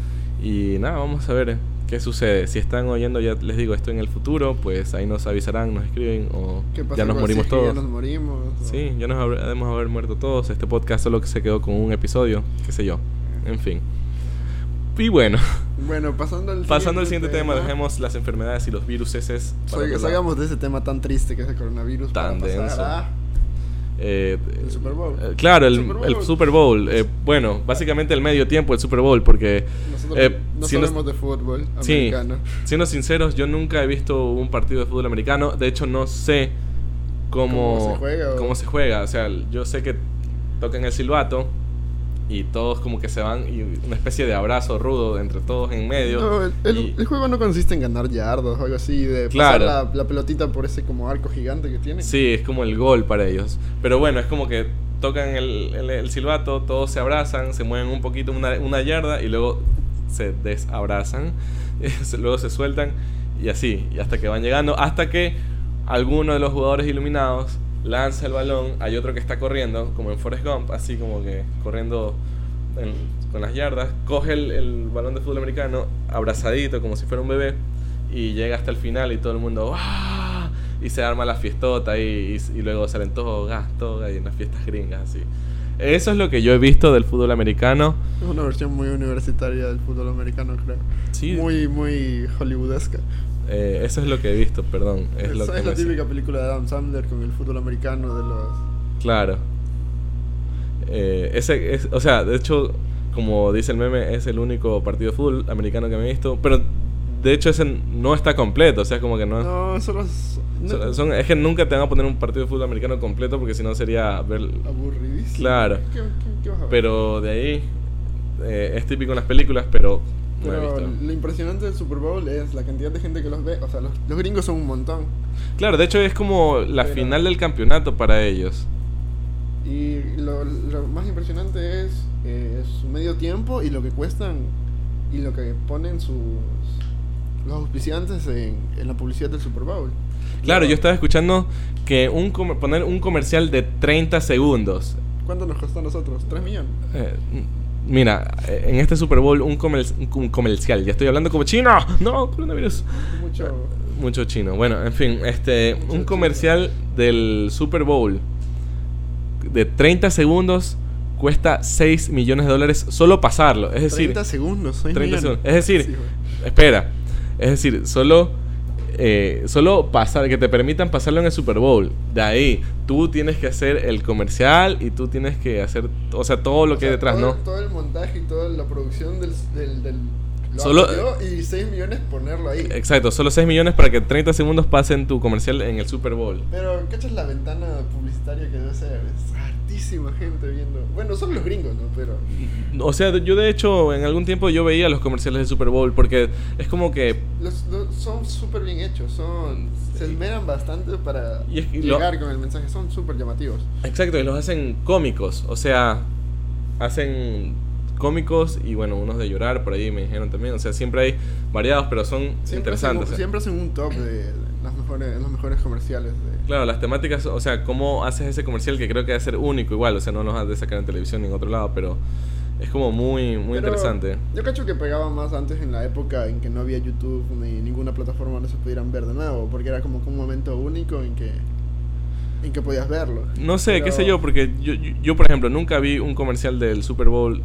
Speaker 1: Y nada, vamos a ver qué sucede. Si están oyendo, ya les digo, esto en el futuro, pues ahí nos avisarán, nos escriben o
Speaker 2: ¿Qué pasa
Speaker 1: ya nos
Speaker 2: igual si
Speaker 1: morimos
Speaker 2: es que
Speaker 1: todos.
Speaker 2: Ya nos morimos. o-
Speaker 1: Sí, ya nos habrá- debemos haber muerto todos. Este podcast solo que se quedó con un episodio, qué sé yo. En fin. Y bueno,
Speaker 2: Bueno, pasando al
Speaker 1: pasando al siguiente tema, dejemos las enfermedades y los virus eses para
Speaker 2: Salga-
Speaker 1: otro lado.
Speaker 2: Salgamos de ese tema tan triste que es el coronavirus.
Speaker 1: Tan
Speaker 2: para pasar
Speaker 1: denso.
Speaker 2: a-
Speaker 1: Eh,
Speaker 2: El Super Bowl.
Speaker 1: eh, claro, el el
Speaker 2: Super
Speaker 1: Super Bowl.
Speaker 2: Bowl.
Speaker 1: eh, bueno, básicamente el medio tiempo del Super Bowl, porque
Speaker 2: Nosotros
Speaker 1: eh,
Speaker 2: no
Speaker 1: siendo-
Speaker 2: sabemos de fútbol
Speaker 1: Sí.
Speaker 2: americano.
Speaker 1: Siendo sinceros, yo nunca he visto un partido de fútbol americano. De hecho, no sé cómo,
Speaker 2: ¿Cómo se juega, o?
Speaker 1: cómo se juega. O sea, yo sé que tocan el silbato, y todos como que se van y una especie de abrazo rudo entre todos en medio.
Speaker 2: No, el, el-
Speaker 1: y-
Speaker 2: el juego no consiste en ganar yardas o algo así, de
Speaker 1: Claro.
Speaker 2: pasar la, la pelotita por ese como arco gigante que tiene.
Speaker 1: Sí, es como el gol para ellos. Pero bueno, es como que tocan el, el- el silbato, todos se abrazan, se mueven un poquito, una, una yarda, y luego se desabrazan, se- luego se sueltan, y así, y hasta que van llegando, hasta que alguno de los jugadores iluminados lanza el balón, hay otro que está corriendo, como en Forrest Gump, así como que corriendo en- con las yardas, coge el, el balón de fútbol americano, abrazadito, como si fuera un bebé, y llega hasta el final y todo el mundo ¡ah! y se arma la fiestota y, y- y luego salen todos gastos y en las fiestas gringas así eso es lo que yo he visto del fútbol americano
Speaker 2: Es una versión muy universitaria del fútbol americano, creo.
Speaker 1: sí
Speaker 2: Muy, muy hollywoodesca.
Speaker 1: eh, eso es lo que he visto perdón es
Speaker 2: Esa
Speaker 1: lo que
Speaker 2: es la
Speaker 1: me-
Speaker 2: típica película de Adam Sandler con el fútbol americano de los...
Speaker 1: claro Eh, ese es- o sea de hecho como dice el meme es el único partido de fútbol americano que me he visto pero de hecho ese no está completo o sea como que no,
Speaker 2: No, solo es... no-
Speaker 1: Ah. son- son- es que nunca te van a poner un partido de fútbol americano completo porque si no sería ver
Speaker 2: Aburridísimo.
Speaker 1: Claro.
Speaker 2: ¿Qué, qué- qué vas a ver?
Speaker 1: Pero de ahí eh, es típico en las películas, pero no he
Speaker 2: Pero
Speaker 1: visto.
Speaker 2: lo impresionante del Super Bowl es la cantidad de gente que los ve. O sea, los, los gringos son un montón.
Speaker 1: Claro, de hecho es como la
Speaker 2: Pero-
Speaker 1: final del campeonato para ellos.
Speaker 2: Y lo, lo más impresionante es eh, su medio tiempo y lo que cuestan y lo que ponen sus los auspiciantes en, en la publicidad del Super Bowl.
Speaker 1: Claro, yo estaba escuchando que un comer- poner un comercial de 30 segundos.
Speaker 2: ¿Cuánto nos costó a nosotros? ¿3 millones?
Speaker 1: Eh, m- mira, eh, en este Super Bowl un, comer- un com- comercial, ya estoy hablando como chino, no, coronavirus.
Speaker 2: Mucho.
Speaker 1: Mucho chino. Bueno, en fin, este
Speaker 2: Mucho
Speaker 1: un
Speaker 2: chino.
Speaker 1: comercial del Super Bowl de 30 segundos cuesta 6 millones de dólares solo pasarlo, es decir,
Speaker 2: 30 segundos, 6
Speaker 1: 30
Speaker 2: millones.
Speaker 1: segundos. Es decir,
Speaker 2: Sí, güey.
Speaker 1: Espera. Es decir, solo, eh, solo pasar, que te permitan pasarlo en el Super Bowl. De ahí, tú tienes que hacer el comercial y tú tienes que hacer, o sea, todo lo
Speaker 2: O
Speaker 1: que
Speaker 2: sea,
Speaker 1: hay detrás,
Speaker 2: todo,
Speaker 1: ¿no?
Speaker 2: Todo el montaje y toda la producción del. del, del lo
Speaker 1: Solo-
Speaker 2: abrió y 6 millones ponerlo ahí.
Speaker 1: Exacto, solo 6 millones para que 30 segundos pasen tu comercial en el Super Bowl.
Speaker 2: Pero, ¿cachas la ventana publicitaria que debe ser? Es hartísima gente viendo. Bueno, son los gringos, ¿no? Pero.
Speaker 1: O sea, yo de hecho en algún tiempo yo veía los comerciales del Super Bowl porque es como que...
Speaker 2: Los, los- son súper bien hechos, son. Se esmeran bastante para
Speaker 1: Y es que lo-
Speaker 2: llegar con el mensaje, son súper llamativos.
Speaker 1: Exacto, y los hacen cómicos, o sea, hacen cómicos y bueno, unos de llorar por ahí me dijeron también, o sea, siempre hay variados, pero son
Speaker 2: Siempre hacen,
Speaker 1: interesantes.
Speaker 2: un-
Speaker 1: o sea.
Speaker 2: siempre hacen un top de las mejores, los mejores comerciales. De,
Speaker 1: Claro, las temáticas, o sea, cómo haces ese comercial que creo que va a ser único igual, o sea, no los has de sacar en televisión ni en otro lado, pero es como muy, muy
Speaker 2: Pero
Speaker 1: interesante.
Speaker 2: Yo cacho que pegaba más antes en la época en que no había YouTube ni ninguna plataforma donde se pudieran ver de nuevo, porque era como que un momento único en que. En que podías verlo.
Speaker 1: No sé, qué sé
Speaker 2: Pero
Speaker 1: yo, porque yo, yo, yo, por ejemplo, nunca vi un comercial del Super Bowl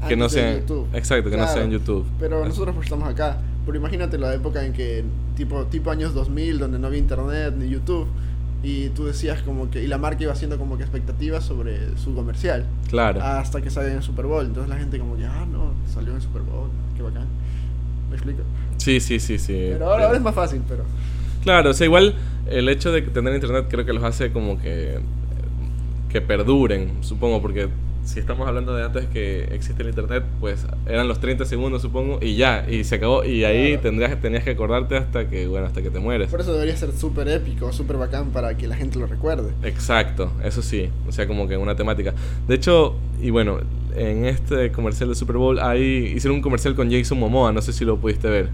Speaker 1: que
Speaker 2: Ah, antes
Speaker 1: no
Speaker 2: de
Speaker 1: sea
Speaker 2: YouTube.
Speaker 1: Exacto, que no sea
Speaker 2: Claro.
Speaker 1: en YouTube.
Speaker 2: Pero nosotros pues estamos acá. Pero imagínate la época en que, tipo, tipo años 2000, donde no había internet ni YouTube. Y tú decías como que. Y la marca iba haciendo como que expectativas sobre su comercial.
Speaker 1: Claro.
Speaker 2: Hasta que sale en el Super Bowl. Entonces la gente como que, ah, no, salió en el Super Bowl. Qué bacán. ¿Me explico?
Speaker 1: Sí, sí, sí, sí.
Speaker 2: Pero ahora, ahora es más fácil, pero.
Speaker 1: Claro, o sea, igual el hecho de tener internet creo que los hace como que que perduren, supongo, porque si estamos hablando de antes que existe el internet, pues eran los 30 segundos, supongo, y ya, y se acabó, y ahí
Speaker 2: Claro.
Speaker 1: tendrías tenías que acordarte hasta que, bueno, hasta que te mueres.
Speaker 2: Por eso debería ser súper épico, súper bacán para que la gente lo recuerde.
Speaker 1: Exacto, eso sí, o sea, como que una temática. De hecho, y bueno, en este comercial de Super Bowl ahí hicieron un comercial con Jason Momoa, no sé si lo pudiste ver.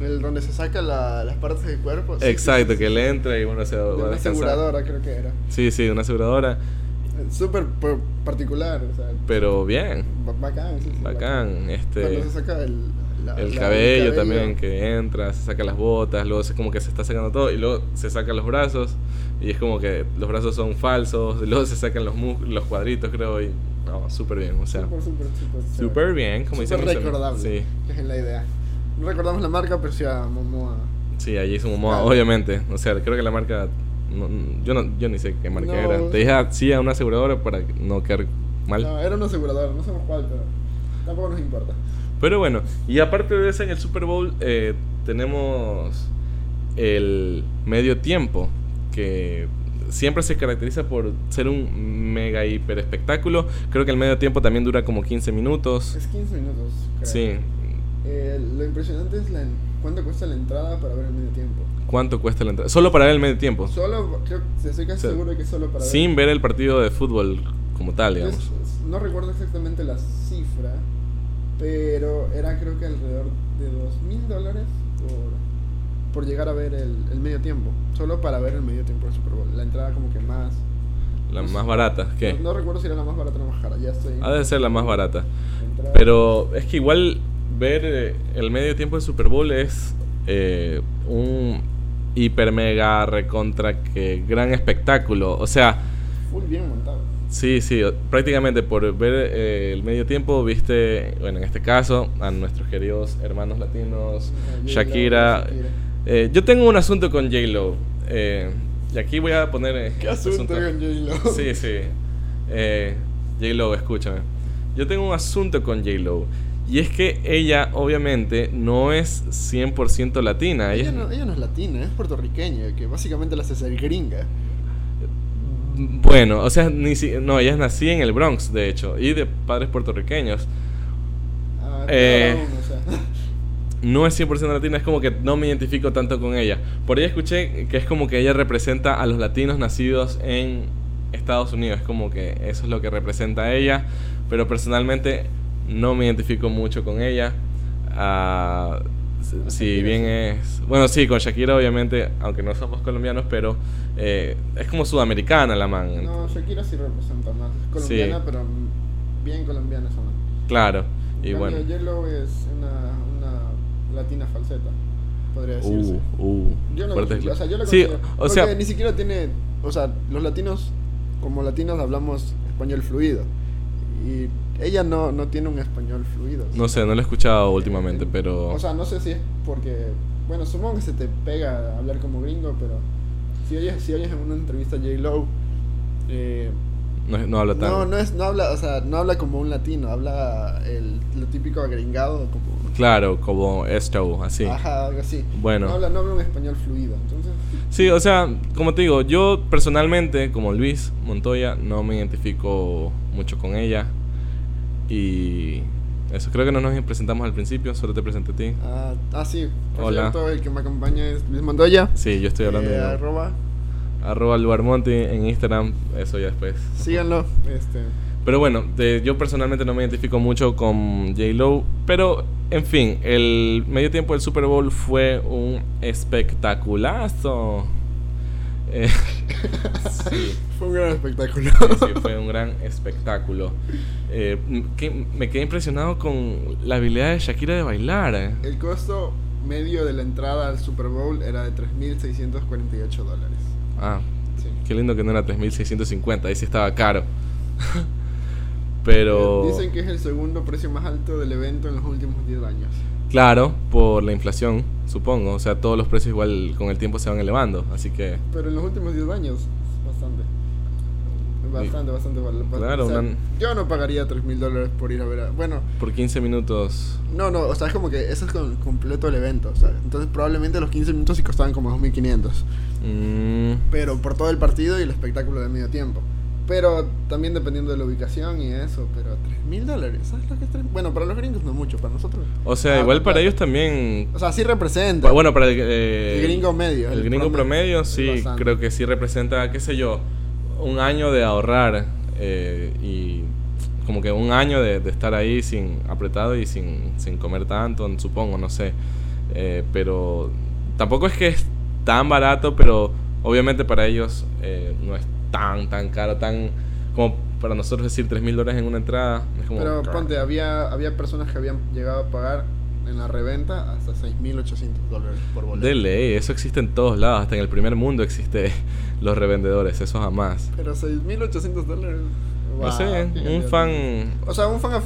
Speaker 2: El donde se saca la- las partes del cuerpo. sí, sí,
Speaker 1: Exacto,
Speaker 2: sí,
Speaker 1: que
Speaker 2: sí.
Speaker 1: le entra y bueno, se va
Speaker 2: De
Speaker 1: a
Speaker 2: una
Speaker 1: descansar.
Speaker 2: aseguradora, creo que era.
Speaker 1: Sí, sí, de una aseguradora,
Speaker 2: Súper per- particular, o sea,
Speaker 1: pero bien.
Speaker 2: ba- bacán. sí, sí,
Speaker 1: Bacán, este
Speaker 2: Cuando se saca el, la- la-
Speaker 1: el cabello también que entra, se saca las botas, luego se como que se está sacando todo y luego se sacan los brazos y es como que los brazos son falsos, y luego se sacan los mus- los cuadritos creo y no, súper bien, o sea,
Speaker 2: Súper, súper, súper.
Speaker 1: súper bien, como dicen
Speaker 2: Súper
Speaker 1: mis am-
Speaker 2: recordable.
Speaker 1: Sí,
Speaker 2: que Es la idea. No recordamos la marca, pero sí a Momoa.
Speaker 1: sí, allí hizo Momoa,
Speaker 2: Claro.
Speaker 1: obviamente, o sea, creo que la marca no- yo no yo ni sé qué marca
Speaker 2: No.
Speaker 1: era. Te dije ah, sí a una aseguradora para no quedar mal.
Speaker 2: No, era una aseguradora, no sabemos cuál, pero tampoco nos importa.
Speaker 1: Pero bueno, y aparte de eso, en el Super Bowl eh, tenemos el medio tiempo, que siempre se caracteriza por ser un mega hiper espectáculo. Creo que el medio tiempo también dura como 15 minutos.
Speaker 2: Es 15 minutos. creo.
Speaker 1: Sí.
Speaker 2: Eh, lo impresionante es la en- cuánto cuesta la entrada para ver el medio tiempo.
Speaker 1: ¿Cuánto cuesta la entrada? Solo para ver el medio tiempo.
Speaker 2: Solo, creo, estoy casi
Speaker 1: Sí.
Speaker 2: seguro de que solo para ver.
Speaker 1: Sin ver el partido de fútbol como tal,
Speaker 2: Yo
Speaker 1: digamos.
Speaker 2: s- no recuerdo exactamente la cifra, pero era creo que alrededor de dos mil dólares por, por llegar a ver el, el medio tiempo. Solo para ver el medio tiempo del Super Bowl. La entrada como que más...
Speaker 1: La más barata. ¿Qué?
Speaker 2: No, no recuerdo si era la más barata o la más cara. Ya estoy...
Speaker 1: Ha de ser la más barata.
Speaker 2: entrada-
Speaker 1: Pero es que igual ver eh, el medio tiempo del Super Bowl es eh, un hiper mega recontra que gran espectáculo. O sea,
Speaker 2: Full bien montado.
Speaker 1: sí, sí, o- prácticamente por ver eh, el medio tiempo viste, bueno, en este caso, a nuestros queridos hermanos latinos,
Speaker 2: Ajá, J-Lo,
Speaker 1: Shakira.
Speaker 2: Shakira.
Speaker 1: Eh, yo tengo un asunto con J-Lo. eh, y aquí voy a poner... eh,
Speaker 2: ¿Qué
Speaker 1: este
Speaker 2: asunto con J-Lo?
Speaker 1: Sí, sí. Eh, J-Lo, escúchame. Yo tengo un asunto con J-Lo. Y es que ella, obviamente, no es 100% latina.
Speaker 2: Ella
Speaker 1: es-
Speaker 2: no, ella no es latina, es puertorriqueña, que básicamente la hace ser gringa.
Speaker 1: Bueno, o sea, ni si- no, ella es nacida en el Bronx, de hecho, y de padres puertorriqueños.
Speaker 2: Ah, peor
Speaker 1: Eh.
Speaker 2: aún, o sea.
Speaker 1: No es 100% latina, es como que no me identifico tanto con ella. Por ahí escuché que es como que ella representa a los latinos nacidos en Estados Unidos, es como que eso es lo que representa a ella, pero personalmente no me identifico mucho con ella. Ah, si-
Speaker 2: Con
Speaker 1: si
Speaker 2: Shakira,
Speaker 1: bien
Speaker 2: sí.
Speaker 1: es... Bueno, sí, con Shakira obviamente, aunque no somos colombianos, pero eh, es como sudamericana la man.
Speaker 2: No, Shakira sí representa más. Es colombiana,
Speaker 1: Sí.
Speaker 2: pero mm, bien colombiana esa man.
Speaker 1: Claro,
Speaker 2: En
Speaker 1: y
Speaker 2: cambio,
Speaker 1: bueno.
Speaker 2: J-Lo es una, una latina falseta, podría decirse.
Speaker 1: Uh, uh,
Speaker 2: yo no
Speaker 1: fuertes
Speaker 2: o sea, yo lo
Speaker 1: Sí,
Speaker 2: considero,
Speaker 1: o
Speaker 2: porque
Speaker 1: sea,
Speaker 2: ni siquiera tiene, o sea, los latinos como latinos hablamos español fluido y ella no, no tiene un español fluido. Eh,
Speaker 1: no sé, no lo he escuchado últimamente, pero...
Speaker 2: O sea, no sé si es porque, bueno, supongo que se te pega hablar como gringo, pero si oyes, si oyes en una entrevista a J-Lo, eh,
Speaker 1: no, no hablo tan...
Speaker 2: no, no, es, no, habla, o sea, no habla como un latino, habla el, lo típico agringado, como...
Speaker 1: Claro, como esto, así.
Speaker 2: Ajá, algo así.
Speaker 1: Bueno.
Speaker 2: No habla, no habla un español fluido, entonces...
Speaker 1: Sí, o sea, como te digo, yo personalmente, como Luis Montoya, no me identifico mucho con ella. Y eso, creo que no nos presentamos al principio, solo te presenté a ti.
Speaker 2: Ah, ah, sí. Por
Speaker 1: Hola.
Speaker 2: cierto, el que me acompaña es Luis Montoya.
Speaker 1: Sí, yo estoy hablando
Speaker 2: Eh,
Speaker 1: de
Speaker 2: arroba,
Speaker 1: arroba Luarmonti en Instagram, eso ya después.
Speaker 2: síganlo. Este,
Speaker 1: Pero bueno, de- yo personalmente no me identifico mucho con J-Lo. Pero, en fin, el medio tiempo del Super Bowl fue un espectaculazo. Eh, sí.
Speaker 2: fue un gran espectáculo.
Speaker 1: Sí, sí, fue un gran espectáculo. Eh, m- que- me quedé impresionado con la habilidad de Shakira de bailar. eh.
Speaker 2: El costo medio de la entrada al Super Bowl era de 3.648 dólares.
Speaker 1: Ah,
Speaker 2: Sí.
Speaker 1: qué lindo que no era 3.650, ahí sí estaba caro. Pero,
Speaker 2: Dicen que es el segundo precio más alto del evento en los últimos 10 años.
Speaker 1: claro, por la inflación, supongo. O sea, todos los precios igual con el tiempo se van elevando. Así que,
Speaker 2: Pero en los últimos 10 años, es bastante. Bastante, bastante. val- val-
Speaker 1: Claro,
Speaker 2: o sea,
Speaker 1: una-
Speaker 2: Yo no pagaría 3.000 dólares por ir a ver a... Bueno,
Speaker 1: por 15 minutos...
Speaker 2: No, no, o sea, es como que eso es con completo el evento, o sea, entonces probablemente los 15 minutos sí costaban como 2.500,
Speaker 1: mm,
Speaker 2: pero por todo el partido y el espectáculo de medio tiempo. Pero también dependiendo de la ubicación y eso, pero 3.000 dólares, ¿sabes lo que es tres- Bueno, para los gringos no mucho, para nosotros.
Speaker 1: o sea,
Speaker 2: Ah,
Speaker 1: igual para
Speaker 2: claro.
Speaker 1: ellos también...
Speaker 2: O sea, sí representa.
Speaker 1: Bu- Bueno, para el, eh,
Speaker 2: El gringo medio,
Speaker 1: El,
Speaker 2: el
Speaker 1: gringo promedio,
Speaker 2: promedio,
Speaker 1: sí,
Speaker 2: bastante.
Speaker 1: creo que sí representa, qué sé yo, un año de ahorrar eh, y como que un año de, de estar ahí sin apretado y sin, sin comer tanto, supongo, no sé. Eh, pero tampoco es que es tan barato, pero obviamente para ellos eh, no es tan, tan caro, tan como para nosotros decir 3 mil dólares en una entrada. Es como,
Speaker 2: pero ponte, había, había personas que habían llegado a pagar en la reventa hasta 6.800 dólares por boleto.
Speaker 1: De ley, eso existe en todos lados, hasta en el primer mundo existe los revendedores, eso jamás.
Speaker 2: Pero 6.800 dólares.
Speaker 1: No sé,
Speaker 2: wow, qué
Speaker 1: un fan
Speaker 2: O sea, un fan af-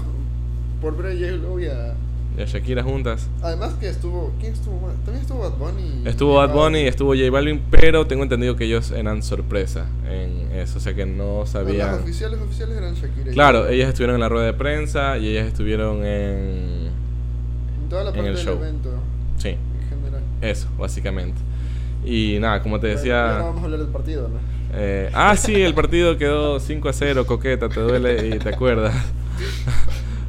Speaker 2: por ver a J-Lo y a-
Speaker 1: y a Shakira juntas.
Speaker 2: Además que estuvo... ¿Quién estuvo más? También estuvo Bad Bunny.
Speaker 1: Estuvo Bad Bunny y estuvo J Balvin, pero tengo entendido que ellos eran sorpresa en eso, o sea que no
Speaker 2: Pero Las
Speaker 1: sabían.
Speaker 2: oficiales oficiales eran Shakira. y-
Speaker 1: Claro, ellas estuvieron en la rueda de prensa y ellas estuvieron en...
Speaker 2: En toda la
Speaker 1: en
Speaker 2: parte
Speaker 1: el
Speaker 2: del
Speaker 1: show.
Speaker 2: evento,
Speaker 1: Sí,
Speaker 2: en general.
Speaker 1: eso, básicamente. Y nada, como te
Speaker 2: Bueno, y ahora
Speaker 1: decía...
Speaker 2: vamos a hablar del partido, ¿no?
Speaker 1: eh, ah, sí, el partido quedó 5 a 0, coqueta, te duele y te acuerdas.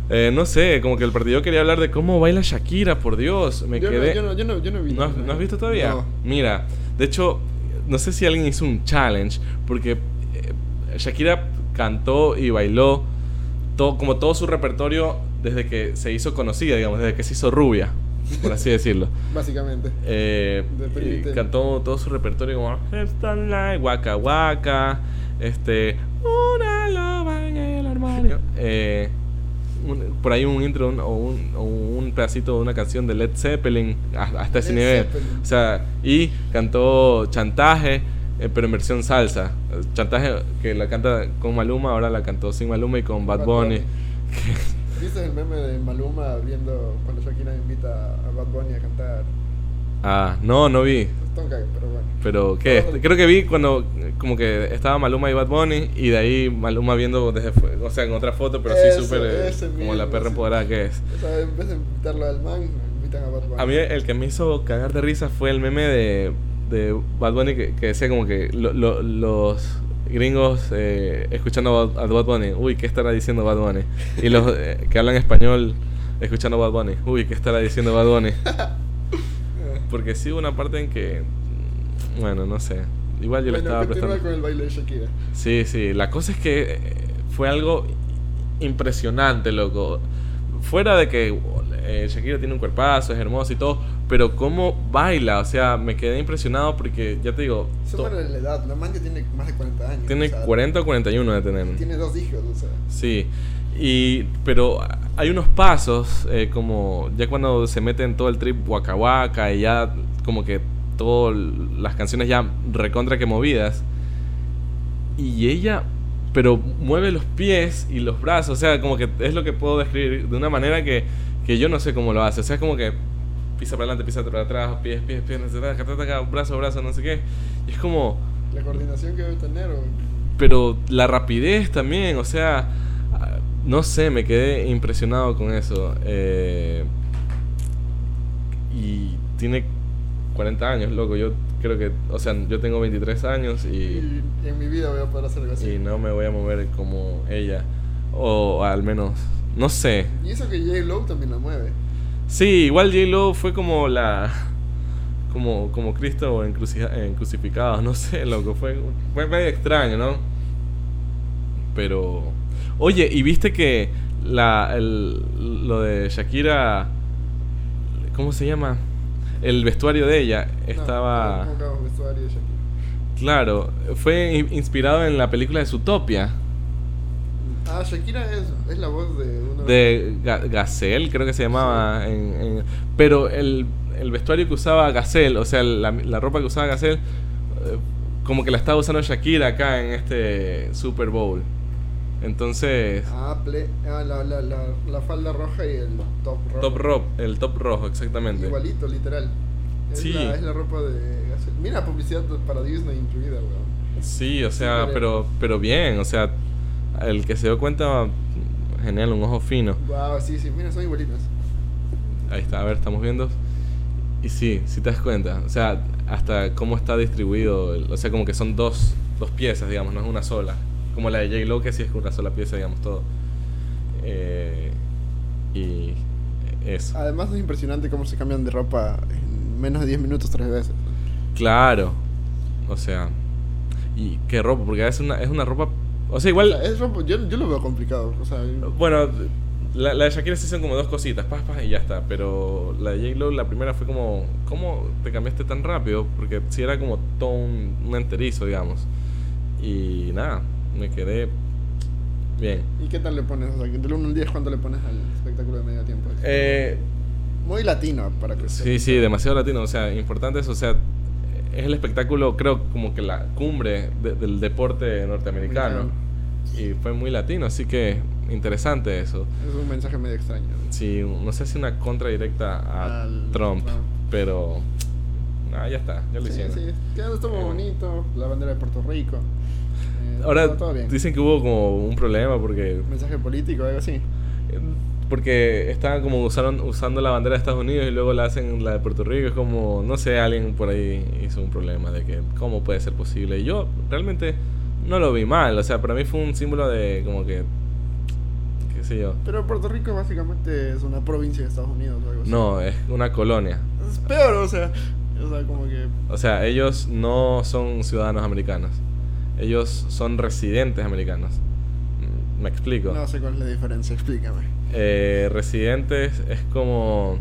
Speaker 1: Eh, no sé, como que el partido quería hablar de cómo baila Shakira, por Dios. Me
Speaker 2: yo,
Speaker 1: quedé...
Speaker 2: no, yo, no, yo, no, yo no he visto.
Speaker 1: ¿No has, no has visto todavía? Mm.
Speaker 2: No.
Speaker 1: Mira, de hecho, no sé si alguien hizo un challenge, porque eh, Shakira cantó y bailó todo, como todo su repertorio desde que se hizo conocida, digamos, desde que se hizo rubia, por así decirlo.
Speaker 2: Básicamente.
Speaker 1: Eh,
Speaker 2: De
Speaker 1: y
Speaker 2: Pretty Tame.
Speaker 1: cantó todo su repertorio como Esta Night, Waka Waka, este, Una loba en el armario. Eh, un- por ahí un intro un- o, un, o un pedacito de una canción de Led Zeppelin hasta, hasta ese
Speaker 2: Led
Speaker 1: nivel.
Speaker 2: Zeppelin.
Speaker 1: O sea, y cantó Chantaje, eh, pero en versión salsa. Chantaje que la canta con Maluma, ahora la cantó sin Maluma y con Bad,
Speaker 2: Bad
Speaker 1: Bunny.
Speaker 2: Bunny. ¿Viste el meme de Maluma viendo cuando Shakira invita a Bad Bunny a cantar?
Speaker 1: Ah, no, no vi.
Speaker 2: Es tonka, pero bueno.
Speaker 1: Pero, ¿qué?
Speaker 2: Todo.
Speaker 1: Creo que vi cuando, eh, como que estaba Maluma y Bad Bunny, y de ahí Maluma viendo desde, fu- o sea, en otra foto, pero así
Speaker 2: Eso,
Speaker 1: súper, eh,
Speaker 2: ese
Speaker 1: como la
Speaker 2: mismo,
Speaker 1: perra
Speaker 2: sí.
Speaker 1: empoderada que es.
Speaker 2: O sea, en vez de invitarlo al man, invitan a Bad Bunny.
Speaker 1: A mí el que me hizo cagar de risa fue el meme de, de Bad Bunny que, que decía como que lo- lo- los gringos eh, escuchando a Bad- a Bad Bunny, uy, ¿qué estará diciendo Bad Bunny? Y los eh, que hablan español escuchando a Bad Bunny, uy, ¿qué estará diciendo Bad Bunny? Porque sí hubo una parte en que, bueno, no sé, igual yo le
Speaker 2: Bueno,
Speaker 1: estaba
Speaker 2: continúa
Speaker 1: prestando...
Speaker 2: con el baile de Shakira.
Speaker 1: Sí, sí, la cosa es que eh, fue algo impresionante, loco. Fuera de que eh, Shakira tiene un cuerpazo, es hermosa y todo, pero cómo baila, o sea, me quedé impresionado porque, ya te digo,
Speaker 2: Eso
Speaker 1: to-
Speaker 2: para la edad, la man ya tiene más de 40 años.
Speaker 1: tiene
Speaker 2: o sea,
Speaker 1: 40 o 41 de tener.
Speaker 2: Tiene dos hijos, o sea.
Speaker 1: Sí, y, pero hay unos pasos, eh, como ya cuando se mete en todo el trip Waka Waka y ya como que todas las canciones ya recontra que movidas. Y ella, pero mueve los pies y los brazos, o sea, como que es lo que puedo describir de una manera que, que yo no sé cómo lo hace, o sea, es como que pisa para adelante, pisa para atrás, pies, pies, pies, no sé, taca, taca, taca, brazo, brazo, no sé qué. Y es como
Speaker 2: La coordinación que debe tener. o-
Speaker 1: pero la rapidez también, o sea, ah, no sé, me quedé impresionado con eso. eh, y tiene 40 años, loco, yo creo que, o sea, yo tengo 23 años y,
Speaker 2: Y en mi vida voy a poder hacer algo así.
Speaker 1: y no me voy a mover como ella, o al menos, no sé.
Speaker 2: Y eso que J. Lowe también la mueve.
Speaker 1: Sí, igual J-Lo fue como la... Como, como Cristo en, cruci- en crucificados, no sé, loco, fue, fue medio extraño, ¿no? Pero... Oye, ¿y viste que la, el- lo de Shakira... ¿Cómo se llama? El vestuario de ella estaba...
Speaker 2: No, no, no, no, vestuario de Shakira.
Speaker 1: Claro, fue in- inspirado en la película de Zootopia.
Speaker 2: Ah, Shakira es, es la voz de uno
Speaker 1: de Ga- Gazelle, creo que se llamaba. en- en- pero el, el vestuario que usaba Gazelle, o sea, la, la ropa que usaba Gazelle, eh, como que la estaba usando Shakira acá en este Super Bowl. Entonces,
Speaker 2: Ah, ple- ah, la, la, la, la falda roja y el top rojo.
Speaker 1: top rock, el top rojo, exactamente.
Speaker 2: Igualito, literal. Es,
Speaker 1: Sí.
Speaker 2: la, es la ropa de Gazelle. Mira, publicidad para Disney incluida, weón.
Speaker 1: Sí, o sea,
Speaker 2: Súper.
Speaker 1: pero, pero bien, o sea, el que se dio cuenta, genial, un ojo fino.
Speaker 2: Wow, sí, sí, mira, son igualitas.
Speaker 1: Ahí está, a ver, estamos viendo. Y sí, si te das cuenta. O sea, hasta cómo está distribuido. el- O sea, como que son dos, dos piezas, digamos, no es una sola. Como la de J-Lo, que sí es una sola pieza, digamos, todo. Eh, y eso.
Speaker 2: Además es impresionante cómo se cambian de ropa en menos de 10 minutos tres veces.
Speaker 1: Claro. O sea. Y qué ropa, porque a veces una, es una ropa. O sea, igual.
Speaker 2: O sea, es ropa, yo, yo lo veo complicado. O sea,
Speaker 1: Bueno, la, la de Shakira sí son como dos cositas, pas, pas, y ya está. Pero la de J-Lo, la primera fue como, ¿cómo te cambiaste tan rápido? Porque sí era como todo un, un enterizo, digamos. Y nada, me quedé bien.
Speaker 2: ¿y qué tal le pones? O sea, del 1 al 10, ¿cuánto le pones al espectáculo de medio tiempo?
Speaker 1: Eh,
Speaker 2: Muy latino para que
Speaker 1: sí, sí, demasiado latino, o sea, importante eso, o sea, es el espectáculo, creo, como que la cumbre de- del deporte norteamericano. Y fue muy latino, así que interesante eso.
Speaker 2: Es un mensaje medio extraño.
Speaker 1: Sí, no sé si una contra directa a
Speaker 2: Al
Speaker 1: Trump,
Speaker 2: Trump.
Speaker 1: pero. Nada, ya está, ya lo
Speaker 2: Sí,
Speaker 1: hicieron.
Speaker 2: sí, quedando estuvo
Speaker 1: Eh.
Speaker 2: bonito, la bandera de Puerto Rico. eh,
Speaker 1: Ahora
Speaker 2: todo- todo bien.
Speaker 1: dicen que hubo como un problema porque.
Speaker 2: Mensaje político, algo así.
Speaker 1: eh, Porque estaban como usaron, usando la bandera de Estados Unidos y luego la hacen la de Puerto Rico. Es como, no sé, alguien por ahí hizo un problema de que cómo puede ser posible. Y yo realmente no lo vi mal. O sea, para mí fue un símbolo de como que... qué sé yo.
Speaker 2: Pero Puerto Rico básicamente es una provincia de Estados Unidos o algo así.
Speaker 1: No, eh. es una colonia.
Speaker 2: Es peor, o sea. O sea, como que.
Speaker 1: O sea, ellos no son ciudadanos americanos. Ellos son residentes americanos. Mm, ¿Me explico?
Speaker 2: No sé cuál es la diferencia, explícame.
Speaker 1: Eh, residentes es como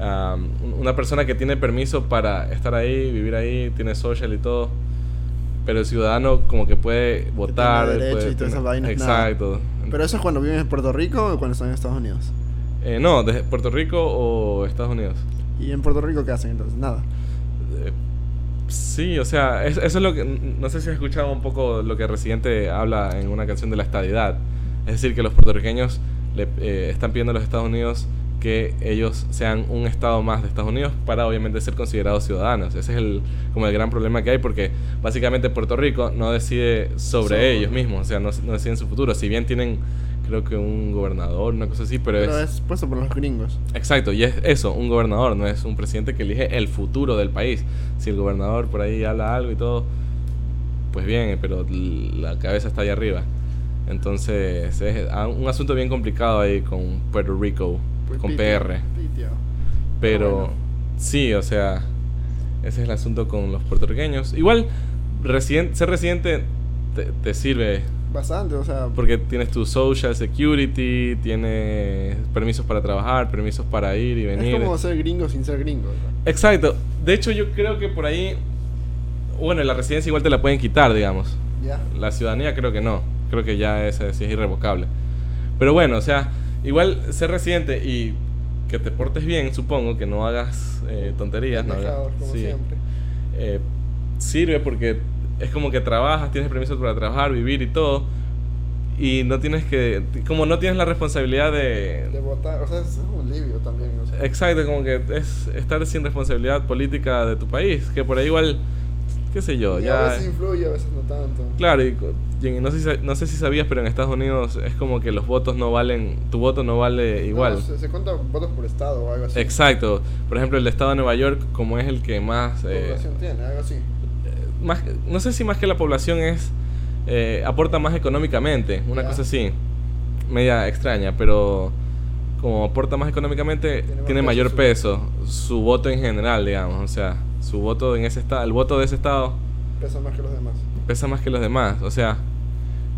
Speaker 1: am, una persona que tiene permiso para estar ahí, vivir ahí, tiene social y todo. Pero el ciudadano como que puede votar.
Speaker 2: derecho
Speaker 1: puede
Speaker 2: y todas esas
Speaker 1: tener-
Speaker 2: vainas, nada.
Speaker 1: Exacto.
Speaker 2: Pero eso es cuando viven en Puerto Rico o cuando están en Estados Unidos.
Speaker 1: Eh, no, desde Puerto Rico o Estados Unidos.
Speaker 2: ¿Y en Puerto Rico qué hacen entonces? Nada.
Speaker 1: Eh, Sí, o sea, es- eso es lo que... No sé si has escuchado un poco lo que Residente habla en una canción de la estadidad. Es decir, que los puertorriqueños le, eh, están pidiendo a los Estados Unidos que ellos sean un estado más de Estados Unidos para obviamente ser considerados ciudadanos. Ese es el, como el gran problema que hay porque básicamente Puerto Rico no decide sobre
Speaker 2: Sobre.
Speaker 1: ellos mismos, o sea, no, no deciden su futuro. Si bien tienen, creo que un gobernador, una cosa así, pero,
Speaker 2: Pero es puesto por los gringos.
Speaker 1: Exacto, y es eso, un gobernador, no es un presidente que elige el futuro del país. Si el gobernador por ahí habla algo y todo, pues bien, pero la cabeza está allá arriba. Entonces, es a- un asunto bien complicado ahí con Puerto Rico,
Speaker 2: Pues
Speaker 1: con
Speaker 2: piteo,
Speaker 1: PR.
Speaker 2: piteo.
Speaker 1: Pero
Speaker 2: bueno.
Speaker 1: sí, o sea, ese es el asunto con los puertorriqueños. Igual, residen- ser residente te- te sirve
Speaker 2: Bastante, o sea.
Speaker 1: porque tienes tu social security, tienes permisos para trabajar, permisos para ir y venir.
Speaker 2: Es como ser gringo sin ser gringo. ¿verdad?
Speaker 1: Exacto. De hecho, yo creo que por ahí. Bueno, la residencia igual te la pueden quitar, digamos.
Speaker 2: Ya.
Speaker 1: La ciudadanía creo que no. Creo que ya esa sí es irrevocable. Pero bueno, o sea, igual ser residente y que te portes bien, supongo, que no hagas eh, tonterías, no hagas-
Speaker 2: Dejados, como
Speaker 1: sí.
Speaker 2: siempre.
Speaker 1: Eh, sirve porque es como que trabajas, tienes permiso para trabajar, vivir y todo. Y no tienes que. Como no tienes la responsabilidad de.
Speaker 2: De votar, o sea, es un alivio también. O sea.
Speaker 1: Exacto, como que es estar sin responsabilidad política de tu país. Que por ahí igual. ¿Qué sé yo?
Speaker 2: Y
Speaker 1: Ya.
Speaker 2: A veces influye, a veces no tanto.
Speaker 1: Claro, y, co- y no, sé si, sa- no sé si sabías, pero en Estados Unidos es como que los votos no valen. Tu voto no vale igual.
Speaker 2: No, se, se cuenta votos por estado o algo así.
Speaker 1: Exacto. Por ejemplo, el estado de Nueva York, como es el que más.
Speaker 2: La
Speaker 1: eh,
Speaker 2: población tiene, algo así.
Speaker 1: más, no sé si más que la población es eh, aporta más económicamente, una
Speaker 2: Ya.
Speaker 1: cosa así, media extraña, pero como aporta más económicamente
Speaker 2: Tiene
Speaker 1: tiene,
Speaker 2: más peso
Speaker 1: mayor
Speaker 2: su-
Speaker 1: peso su voto en general, digamos, o sea, su voto en ese estado, el voto de ese estado
Speaker 2: Pesa más que los demás.
Speaker 1: pesa más que los demás, o sea,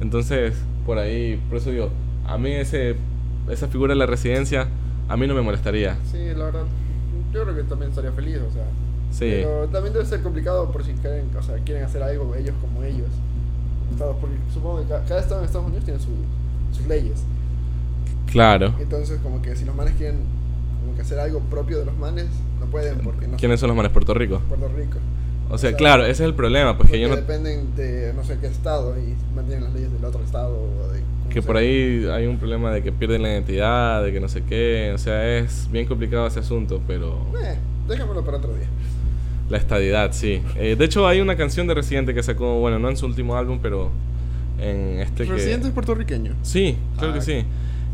Speaker 1: entonces por ahí, por eso digo, a mí ese esa figura de la residencia a mí no me molestaría.
Speaker 2: Sí, la verdad, yo creo que también estaría feliz, o sea.
Speaker 1: Sí.
Speaker 2: Pero también debe ser complicado por si quieren, o sea, quieren hacer algo ellos como ellos. como Estados, porque supongo que ca- cada, estado en Estados Unidos tiene su- sus leyes.
Speaker 1: Claro.
Speaker 2: Entonces, como que si los manes quieren como que hacer algo propio de los manes, no pueden porque no
Speaker 1: ¿Quiénes son los manes Puerto Rico?
Speaker 2: Puerto Rico.
Speaker 1: O sea, claro, ese es el problema, pues que yo no
Speaker 2: dependen de no sé qué estado y mantienen las leyes del otro estado. o de- como
Speaker 1: Que
Speaker 2: sea.
Speaker 1: por ahí hay un problema de que pierden la identidad, de que no sé qué. O sea, es bien complicado ese asunto, pero
Speaker 2: Eh, déjamelo para otro día.
Speaker 1: la estadidad, sí. Eh, de hecho, hay una canción de Residente que sacó, bueno, no en su último álbum, pero en este que-
Speaker 2: Residente es puertorriqueño.
Speaker 1: Sí, claro
Speaker 2: Ah,
Speaker 1: que sí.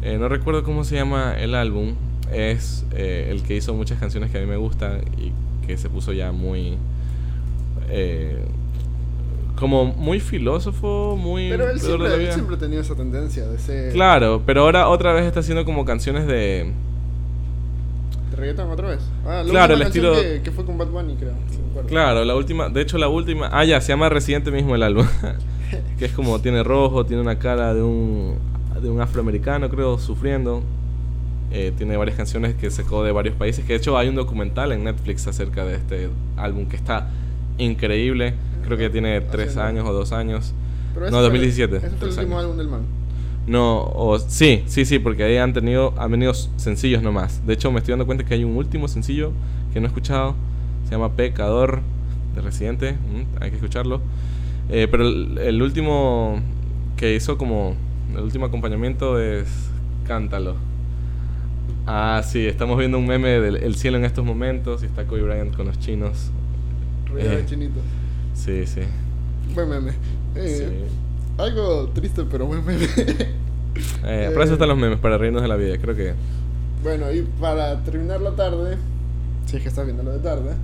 Speaker 1: Eh, no recuerdo cómo se llama el álbum. Es eh, el que hizo muchas canciones que a mí me gustan y que se puso ya muy... eh, como muy filósofo, muy...
Speaker 2: Pero él
Speaker 1: alrededor de la
Speaker 2: siempre, él
Speaker 1: vida.
Speaker 2: siempre ha tenido esa tendencia de ser.
Speaker 1: Claro, pero ahora otra vez está haciendo como canciones de...
Speaker 2: ¿Te reggaeton otra vez? Ah, la
Speaker 1: Claro,
Speaker 2: última
Speaker 1: el
Speaker 2: canción
Speaker 1: estilo-
Speaker 2: Que, que fue con Bad Bunny, creo. si me acuerdo.
Speaker 1: Claro, la última, de hecho la última, ah ya, se llama Residente mismo el álbum, que es como tiene rojo, tiene una cara de un, de un afroamericano creo sufriendo, Eh, tiene varias canciones que sacó de varios países, que de hecho hay un documental en Netflix acerca de este álbum que está increíble, creo que ya tiene tres
Speaker 2: Haciendo-
Speaker 1: años o dos años,
Speaker 2: Pero
Speaker 1: No,
Speaker 2: ese fue el-
Speaker 1: 2017,
Speaker 2: Ese fue el
Speaker 1: tres
Speaker 2: último
Speaker 1: años.
Speaker 2: álbum del man.
Speaker 1: no, o, sí, sí, sí, porque ahí han tenido, han venido sencillos nomás, de hecho me estoy dando cuenta que hay un último sencillo que no he escuchado, se llama Pecador de Residente, mm, hay que escucharlo. Eh, pero el, el último que hizo como el último acompañamiento es Cántalo. Ah, sí, estamos viendo un meme del el cielo en estos momentos y está Kobe Bryant con los chinos.
Speaker 2: Ruido
Speaker 1: Eh.
Speaker 2: de chinito.
Speaker 1: Sí, sí.
Speaker 2: Buen meme. Eh,
Speaker 1: sí.
Speaker 2: Algo triste, pero buen meme.
Speaker 1: Eh, para eso están los memes, para reírnos de la vida, creo que.
Speaker 2: Bueno, y para terminar la tarde, si es que estás viéndolo de tarde.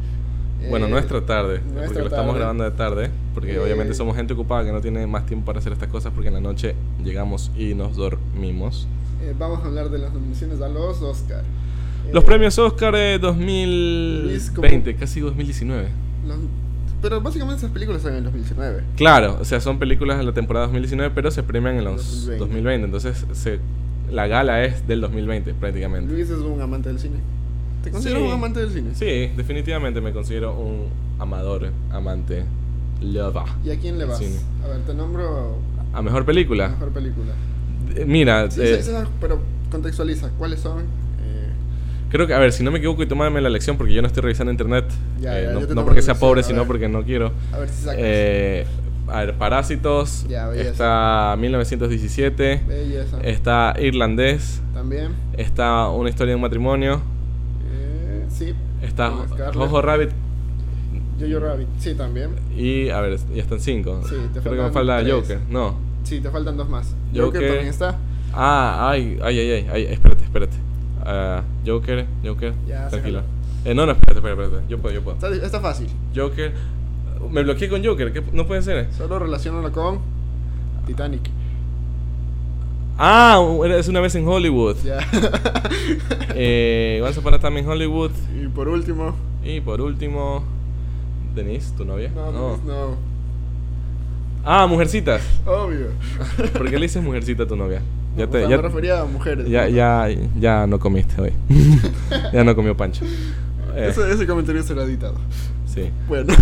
Speaker 1: Bueno,
Speaker 2: eh,
Speaker 1: nuestra tarde,
Speaker 2: nuestra
Speaker 1: porque lo estamos
Speaker 2: tarde.
Speaker 1: grabando de tarde, porque
Speaker 2: Eh,
Speaker 1: obviamente somos gente ocupada que no tiene más tiempo para hacer estas cosas, porque en la noche llegamos y nos dormimos.
Speaker 2: eh, vamos a hablar de las nominaciones a los Oscar.
Speaker 1: Los
Speaker 2: Eh,
Speaker 1: premios Oscar de
Speaker 2: Luis,
Speaker 1: 2020,
Speaker 2: ¿cómo?
Speaker 1: casi 2019.
Speaker 2: los- pero básicamente esas películas son en el 2019.
Speaker 1: Claro, o sea, son películas de la temporada 2019, pero se premian en los
Speaker 2: 2020.
Speaker 1: 2020, entonces se- la gala es del 2020 prácticamente.
Speaker 2: Luis es un amante del cine. ¿Te consideras
Speaker 1: Sí.
Speaker 2: un amante del cine?
Speaker 1: Sí, definitivamente me considero un amador, amante, lover.
Speaker 2: ¿Y a quién le
Speaker 1: El
Speaker 2: vas?
Speaker 1: cine.
Speaker 2: A ver, te nombro
Speaker 1: A mejor película.
Speaker 2: la mejor película.
Speaker 1: Eh, Mira,
Speaker 2: Sí,
Speaker 1: eh,
Speaker 2: sí, sí, pero contextualiza, ¿cuáles son? Eh,
Speaker 1: creo que, a ver, si no me equivoco y tomarme la lección, porque yo no estoy revisando internet,
Speaker 2: Ya,
Speaker 1: eh,
Speaker 2: ya,
Speaker 1: no,
Speaker 2: yo te
Speaker 1: no
Speaker 2: tomo
Speaker 1: porque
Speaker 2: la
Speaker 1: sea
Speaker 2: lección,
Speaker 1: pobre,
Speaker 2: a
Speaker 1: sino
Speaker 2: ver.
Speaker 1: porque no quiero.
Speaker 2: a ver si sacas.
Speaker 1: Eh, a ver, Parásitos,
Speaker 2: Ya, belleza.
Speaker 1: está 1917,
Speaker 2: Belleza.
Speaker 1: está Irlandés,
Speaker 2: También.
Speaker 1: está Una historia de un matrimonio,
Speaker 2: Eh, sí.
Speaker 1: está
Speaker 2: Con Scarlett.
Speaker 1: Jojo Rabbit
Speaker 2: Jojo Rabbit. Sí, también.
Speaker 1: y, a ver, ya están cinco.
Speaker 2: Sí, te
Speaker 1: creo que me
Speaker 2: faltan
Speaker 1: falta
Speaker 2: tres.
Speaker 1: Joker, no.
Speaker 2: Sí, te faltan dos más.
Speaker 1: Joker.
Speaker 2: Joker, también está.
Speaker 1: Ah, ay, ay, ay, ay, ay, espérate, espérate. Ah, Joker, Joker,
Speaker 2: Ya,
Speaker 1: tranquilo. Eh, no, no, espérate, espérate, espérate. Yo puedo, yo puedo.
Speaker 2: Está, está fácil.
Speaker 1: Joker. Me bloqueé con Joker, ¿qué? No puede ser.
Speaker 2: Solo relacionalo con Titanic.
Speaker 1: Ah, es una vez en Hollywood.
Speaker 2: Ya.
Speaker 1: Eh, Once Upon a Time in Hollywood.
Speaker 2: y por último.
Speaker 1: Y por último, Denise, tu novia.
Speaker 2: No,
Speaker 1: No.
Speaker 2: pues, no.
Speaker 1: Ah, Mujercitas.
Speaker 2: Obvio.
Speaker 1: ¿Por qué le dices Mujercita a tu novia?
Speaker 2: Ya
Speaker 1: te-
Speaker 2: me refería a mujeres.
Speaker 1: ya, ya, ya no comiste hoy. ya no comió Pancho. Eh,
Speaker 2: Ese, ese comentario será editado.
Speaker 1: Sí.
Speaker 2: Bueno.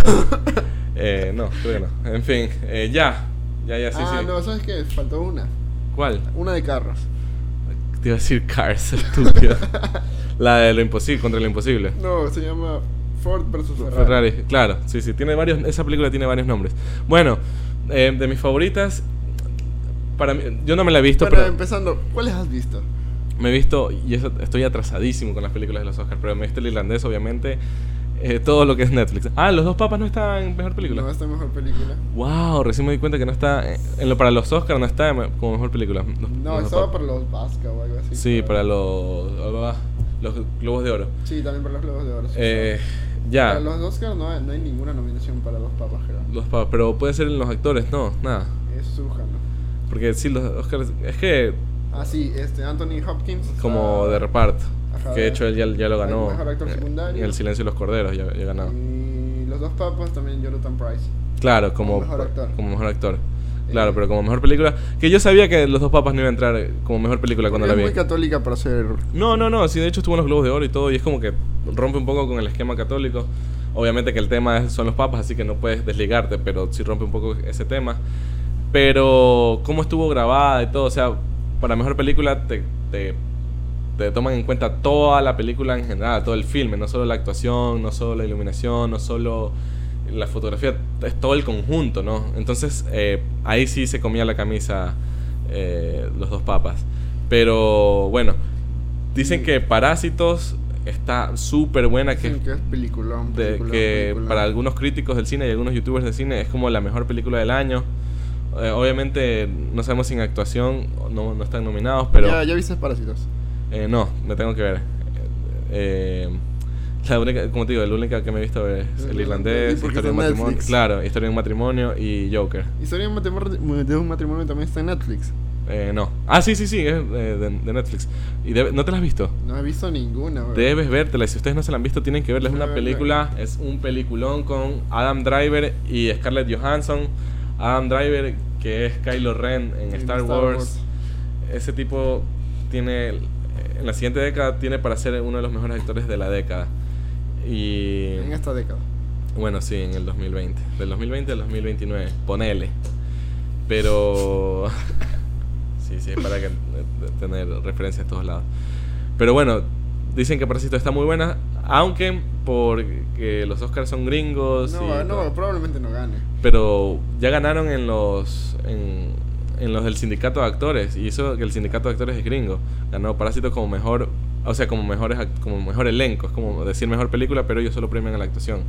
Speaker 1: Eh, no, creo que no. En fin, eh, ya. Ya, ya, sí,
Speaker 2: ah,
Speaker 1: sí.
Speaker 2: no, ¿sabes qué? Faltó una.
Speaker 1: ¿Cuál?
Speaker 2: Una de carros.
Speaker 1: Te iba a decir Cars, estúpido. La de lo imposible, contra lo imposible.
Speaker 2: No, se llama Ford versus Ferrari.
Speaker 1: Ferrari, claro, sí, sí, tiene varios, esa película tiene varios nombres. Bueno, eh, de mis favoritas, para mí, yo no me la he visto,
Speaker 2: Bueno,
Speaker 1: pero
Speaker 2: empezando, ¿cuáles has visto?
Speaker 1: me he visto, y eso- estoy atrasadísimo con las películas de los Oscars, pero me he visto el irlandés, obviamente, eh, todo lo que es Netflix. Ah, Los dos papas no está en mejor película.
Speaker 2: No, esta mejor película.
Speaker 1: Wow, recién me di cuenta que no está, eh, en lo, para los Oscars no está en me- como mejor película. Los-
Speaker 2: No,
Speaker 1: los
Speaker 2: estaba
Speaker 1: Papas.
Speaker 2: para los Vasca o algo así.
Speaker 1: Sí,
Speaker 2: creo.
Speaker 1: para los, ah, los Globos de Oro.
Speaker 2: Sí, también para los Globos de Oro. sí.
Speaker 1: Eh, ya.
Speaker 2: Para los Oscars no, hay- no hay ninguna nominación para los papas, creo.
Speaker 1: Los papas, pero puede ser en los actores, no, nada.
Speaker 2: Es Sujano.
Speaker 1: Porque sí, los Oscars, es que
Speaker 2: Ah, sí, este, Anthony Hopkins. Ah,
Speaker 1: como
Speaker 2: está-
Speaker 1: de reparto,
Speaker 2: Ajá,
Speaker 1: que de hecho él ya, ya lo
Speaker 2: el
Speaker 1: ganó
Speaker 2: mejor actor
Speaker 1: eh,
Speaker 2: secundario. Mm.
Speaker 1: en El Silencio de los Corderos, ya, ya ganó.
Speaker 2: Y los dos papas también Jonathan Price.
Speaker 1: Claro, como,
Speaker 2: mejor actor.
Speaker 1: como mejor actor. Claro,
Speaker 2: Eh.
Speaker 1: pero como mejor película, que yo sabía que Los Dos Papas no iba a entrar eh, como mejor película cuando
Speaker 2: Porque
Speaker 1: la vi.
Speaker 2: Es muy católica para ser.
Speaker 1: No, no, no, sí, de hecho estuvo en los Globos de Oro y todo, y es como que rompe un poco con el esquema católico. Obviamente que el tema es- son los papas, así que no puedes desligarte, pero sí rompe un poco ese tema. Pero cómo estuvo grabada y todo, o sea, para mejor película te, te, te toman en cuenta toda la película en general, todo el filme, no solo la actuación, no solo la iluminación, no solo la fotografía, es todo el conjunto, ¿no? Entonces eh, ahí sí se comía la camisa eh, los dos papas. Pero bueno, dicen que Parásitos está súper buena, que,
Speaker 2: Dicen que es peliculón.
Speaker 1: de-
Speaker 2: peliculón,
Speaker 1: que
Speaker 2: peliculón.
Speaker 1: para algunos críticos del cine y algunos youtubers del cine es como la mejor película del año. Eh, obviamente no sabemos si en actuación no, no están nominados, pero...
Speaker 2: Ya, ya viste Parásitos.
Speaker 1: Eh, no, me tengo que ver. Eh, la única, como te digo, la única que me he visto es El Irlandés,
Speaker 2: El Irlandés, porque
Speaker 1: Historia de un
Speaker 2: está en
Speaker 1: matrimonio.
Speaker 2: Netflix.
Speaker 1: Claro, Historia de un matrimonio y Joker.
Speaker 2: Historia de un matrimonio, de un matrimonio también está en Netflix.
Speaker 1: Eh, no. Ah, sí, sí, sí, es eh, de, de Netflix. ¿Y debe- no te la has visto?
Speaker 2: No he visto ninguna, güey.
Speaker 1: Debes vértela. y Si ustedes no se la han visto, tienen que verla. Es
Speaker 2: Voy a
Speaker 1: una
Speaker 2: verla.
Speaker 1: película, es un peliculón con Adam Driver y Scarlett Johansson. Adam Driver, que es Kylo Ren en
Speaker 2: En
Speaker 1: Star, Wars. ese tipo tiene en la siguiente década tiene para ser uno de los mejores actores de la década y
Speaker 2: En esta década.
Speaker 1: bueno sí en el 2020 del 2020 al 2029 ponele pero sí sí para que, eh, tener referencias a todos lados pero bueno dicen que Parásito está muy buena aunque porque los Oscars son gringos
Speaker 2: no,
Speaker 1: y
Speaker 2: va-
Speaker 1: todo.
Speaker 2: no, probablemente no gane.
Speaker 1: Pero ya ganaron en los en, en los del sindicato de actores y eso que el sindicato de actores es gringo. Ganó Parásito como mejor, o sea, como mejores act- como mejor elenco, es como decir mejor película, pero ellos solo premian a la actuación.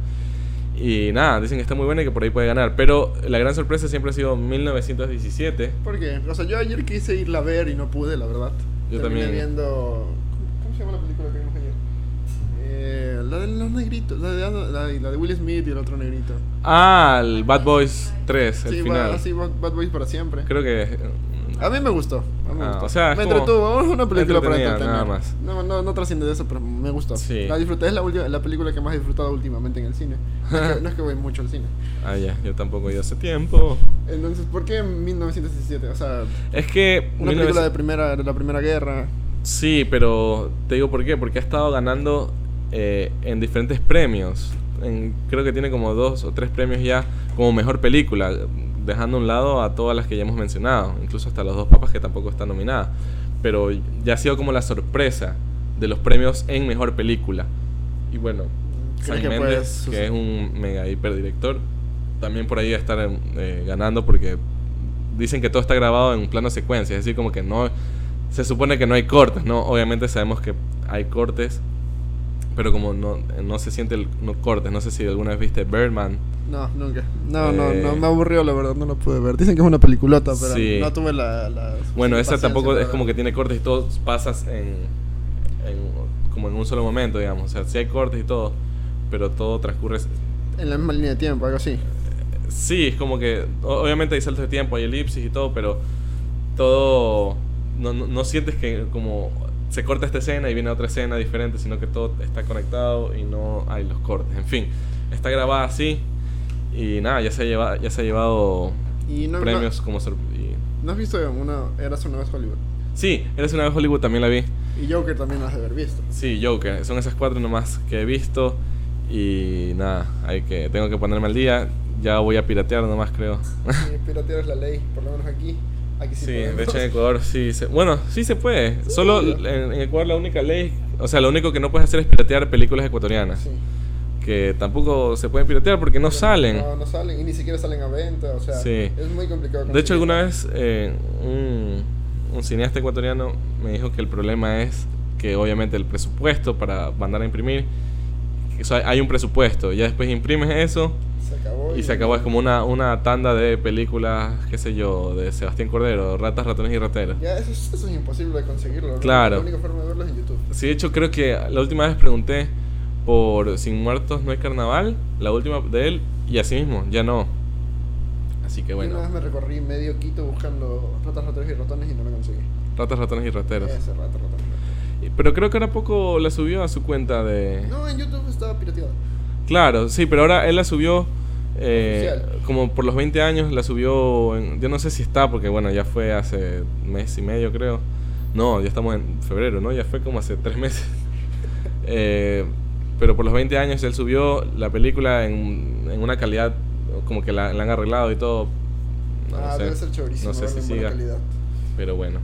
Speaker 1: Y nada, dicen que está muy buena y que por ahí puede ganar. Pero la gran sorpresa siempre ha sido 1917.
Speaker 2: ¿Por qué? O sea, yo ayer quise irla a ver y no pude, la verdad.
Speaker 1: Yo
Speaker 2: Terminé
Speaker 1: también.
Speaker 2: viendo... ¿Cómo se llama la película que vimos ayer? Eh, la de los negritos, la de, la, de- la de Will Smith y el otro negrito.
Speaker 1: Ah, el Bad Boys 3, el
Speaker 2: sí, va-
Speaker 1: final.
Speaker 2: así, Bad, Bad Boys para siempre.
Speaker 1: Creo que.
Speaker 2: A mí me gustó. A mí me
Speaker 1: Ah,
Speaker 2: gustó.
Speaker 1: o sea, es
Speaker 2: me
Speaker 1: como-
Speaker 2: entretuvo. Es una película para
Speaker 1: entretenida,
Speaker 2: entretener.
Speaker 1: nada más.
Speaker 2: No, no, no trasciende de eso, pero me gustó.
Speaker 1: Sí.
Speaker 2: La disfruté. Es la, ulti- la película que más he disfrutado últimamente en el cine. No es que, no es que voy mucho al cine.
Speaker 1: Ah, ya, yo tampoco he ido hace tiempo.
Speaker 2: Entonces, ¿por qué 1917? O sea,
Speaker 1: Es que.
Speaker 2: una
Speaker 1: 1900
Speaker 2: película de, primera, de la Primera Guerra.
Speaker 1: Sí, pero te digo por qué. Porque ha estado ganando eh, en diferentes premios. En- creo que tiene como dos o tres premios ya como mejor película. Dejando a un lado a todas las que ya hemos mencionado. Incluso hasta los dos papas que tampoco están nominadas. Pero ya ha sido como la sorpresa de los premios en mejor película. Y bueno,
Speaker 2: ¿Crees
Speaker 1: Sam
Speaker 2: que puede
Speaker 1: Mendes,
Speaker 2: suce-
Speaker 1: que es un mega hiperdirector, también por ahí va a estar eh, ganando porque dicen que todo está grabado en plano secuencia, es decir, como que no se supone que no hay cortes, ¿no? Obviamente sabemos que hay cortes, pero como no, no se siente el no cortes, no sé si alguna vez viste Birdman.
Speaker 2: No, nunca. No, no,
Speaker 1: Eh.
Speaker 2: no. Me aburrió, la verdad. No la pude ver. Dicen que es una peliculota, pero
Speaker 1: Sí.
Speaker 2: no tuve la. la
Speaker 1: Bueno, esa
Speaker 2: paciencia
Speaker 1: tampoco
Speaker 2: para
Speaker 1: es como que
Speaker 2: ver.
Speaker 1: tiene cortes y todo pasa en, en- como en un solo momento, digamos. O sea, sí hay cortes y todo, pero todo transcurre
Speaker 2: En la misma línea de tiempo, algo así.
Speaker 1: Sí, es como que o- obviamente hay saltos de tiempo, hay elipsis y todo, pero todo no, no, no sientes que como se corta esta escena y viene otra escena diferente, sino que todo está conectado y no hay los cortes. En fin, está grabada así y nada, ya se ha llevado, ya se ha llevado
Speaker 2: Y no,
Speaker 1: premios como sor- y-
Speaker 2: No, ¿no has visto una. Eras una vez Hollywood.
Speaker 1: Sí, eres una vez Hollywood también la vi.
Speaker 2: Y Joker también las has de haber visto.
Speaker 1: Sí, Joker, son esas cuatro nomás que he visto y nada, hay que tengo que ponerme al día. Ya voy a piratear nomás, creo.
Speaker 2: Sí, piratear es la ley, por lo menos aquí. Aquí sí,
Speaker 1: Sí, de
Speaker 2: podemos.
Speaker 1: hecho en Ecuador sí se... Bueno, sí se puede.
Speaker 2: Sí,
Speaker 1: Solo
Speaker 2: obvio.
Speaker 1: en, en Ecuador la única ley... O sea, lo único que no puedes hacer es piratear películas ecuatorianas.
Speaker 2: Sí.
Speaker 1: Que tampoco se pueden piratear porque no salen.
Speaker 2: No, no salen y ni siquiera salen a venta, o sea,
Speaker 1: Sí.
Speaker 2: es muy complicado.
Speaker 1: De hecho,
Speaker 2: conseguirlo.
Speaker 1: alguna vez eh, un, un cineasta ecuatoriano me dijo que el problema es que obviamente el presupuesto para mandar a imprimir... o sea, hay un presupuesto. Ya después imprimes eso
Speaker 2: se acabó
Speaker 1: y se acabó. Es como una, una tanda de películas, qué sé yo, de Sebastián Cordero, Ratas, Ratones y Rateros.
Speaker 2: Ya eso, es- eso es imposible de conseguirlo. ¿no?
Speaker 1: Claro.
Speaker 2: La única forma de verlo es en YouTube.
Speaker 1: Sí, de hecho creo que la última vez pregunté por Sin Muertos No hay Carnaval, la última de él, y así mismo, ya no. Así que
Speaker 2: Yo Una vez
Speaker 1: bueno,
Speaker 2: me recorrí medio Quito buscando ratas, ratones y ratones y no lo conseguí.
Speaker 1: ratas, ratones y rateros.
Speaker 2: Ese rato, ratón, ratón.
Speaker 1: Y- Pero creo que ahora poco la subió a su cuenta de...
Speaker 2: No, en YouTube estaba pirateado.
Speaker 1: Claro, sí, pero ahora él la subió eh,
Speaker 2: Oficial.
Speaker 1: como por los 20 años, la subió, en- yo no sé si está, porque bueno, ya fue hace mes y medio creo. No, ya estamos en febrero, ¿no? Ya fue como hace tres meses. Eh, pero por los 20 años él subió la película en, en una calidad, como que la, la han arreglado y todo. No
Speaker 2: ah,
Speaker 1: sé,
Speaker 2: debe ser
Speaker 1: no
Speaker 2: chéverísimo.
Speaker 1: sé si
Speaker 2: verlo en buena
Speaker 1: siga.
Speaker 2: calidad.
Speaker 1: Pero bueno,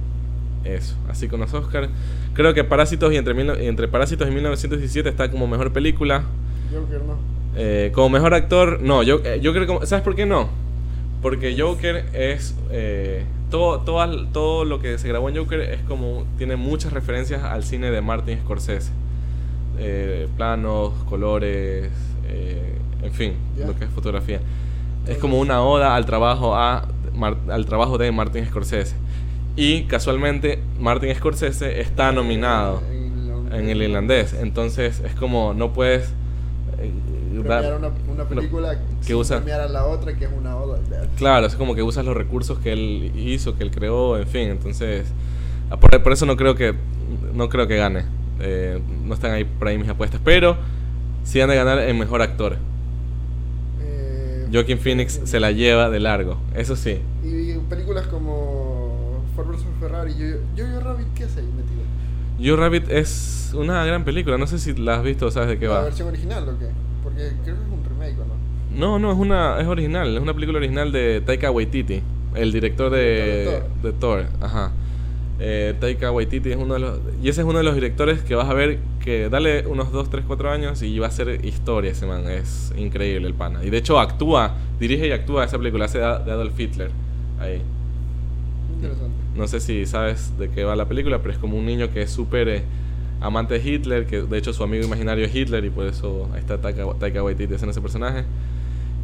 Speaker 1: eso. Así con los Oscars. Creo que Parásitos y entre, mil- entre Parásitos y 1917 está como mejor película.
Speaker 2: Joker no.
Speaker 1: Eh, como mejor actor, no, yo, eh, yo creo que... ¿Sabes por qué no? Porque Joker es... eh, todo, todo, todo lo que se grabó en Joker es como... Tiene muchas referencias al cine de Martin Scorsese. Eh, planos, colores, eh, en fin,
Speaker 2: Ya.
Speaker 1: lo que es fotografía. Es
Speaker 2: Ok.
Speaker 1: como una oda al trabajo, a, Mar- al trabajo de Martin Scorsese. Y casualmente Martin Scorsese está nominado
Speaker 2: En,
Speaker 1: en el irlandés. Entonces es como no puedes... eh,
Speaker 2: Premiar
Speaker 1: dar-
Speaker 2: una, una película
Speaker 1: que
Speaker 2: sin
Speaker 1: usa-
Speaker 2: premiar a la otra que es una oda.
Speaker 1: Claro, es como que usas los recursos que él hizo, que él creó, en fin, entonces ah, por, por eso no creo que no creo que gane. Eh, no están ahí por ahí mis apuestas, pero sí han de ganar el mejor actor.
Speaker 2: Eh,
Speaker 1: Joaquin Phoenix se la lleva de largo, eso sí.
Speaker 2: Y películas como Ford vs Ferrari, yo, yo, yo Rabbit, ¿qué hace ahí metido?
Speaker 1: Yo Rabbit es una gran película, no sé si la has visto o sabes de qué
Speaker 2: ¿La
Speaker 1: va.
Speaker 2: versión original o qué? Porque creo que es un remake, ¿o ¿no?
Speaker 1: No, no, es una es original, es una película original de Taika Waititi, el director de,
Speaker 2: Director
Speaker 1: de Thor, ajá. Eh, Taika Waititi es uno de los y ese es uno de los directores que vas a ver que dale unos 2, 3, 4 años y va a ser historia ese man, es increíble el pana. Y de hecho actúa, dirige y actúa esa película hace de de Adolf Hitler ahí.
Speaker 2: Interesante.
Speaker 1: No sé si sabes de qué va la película, pero es como un niño que es súper eh, amante de Hitler, que de hecho su amigo imaginario es Hitler y por eso ahí está Taika, Taika Waititi en ese personaje.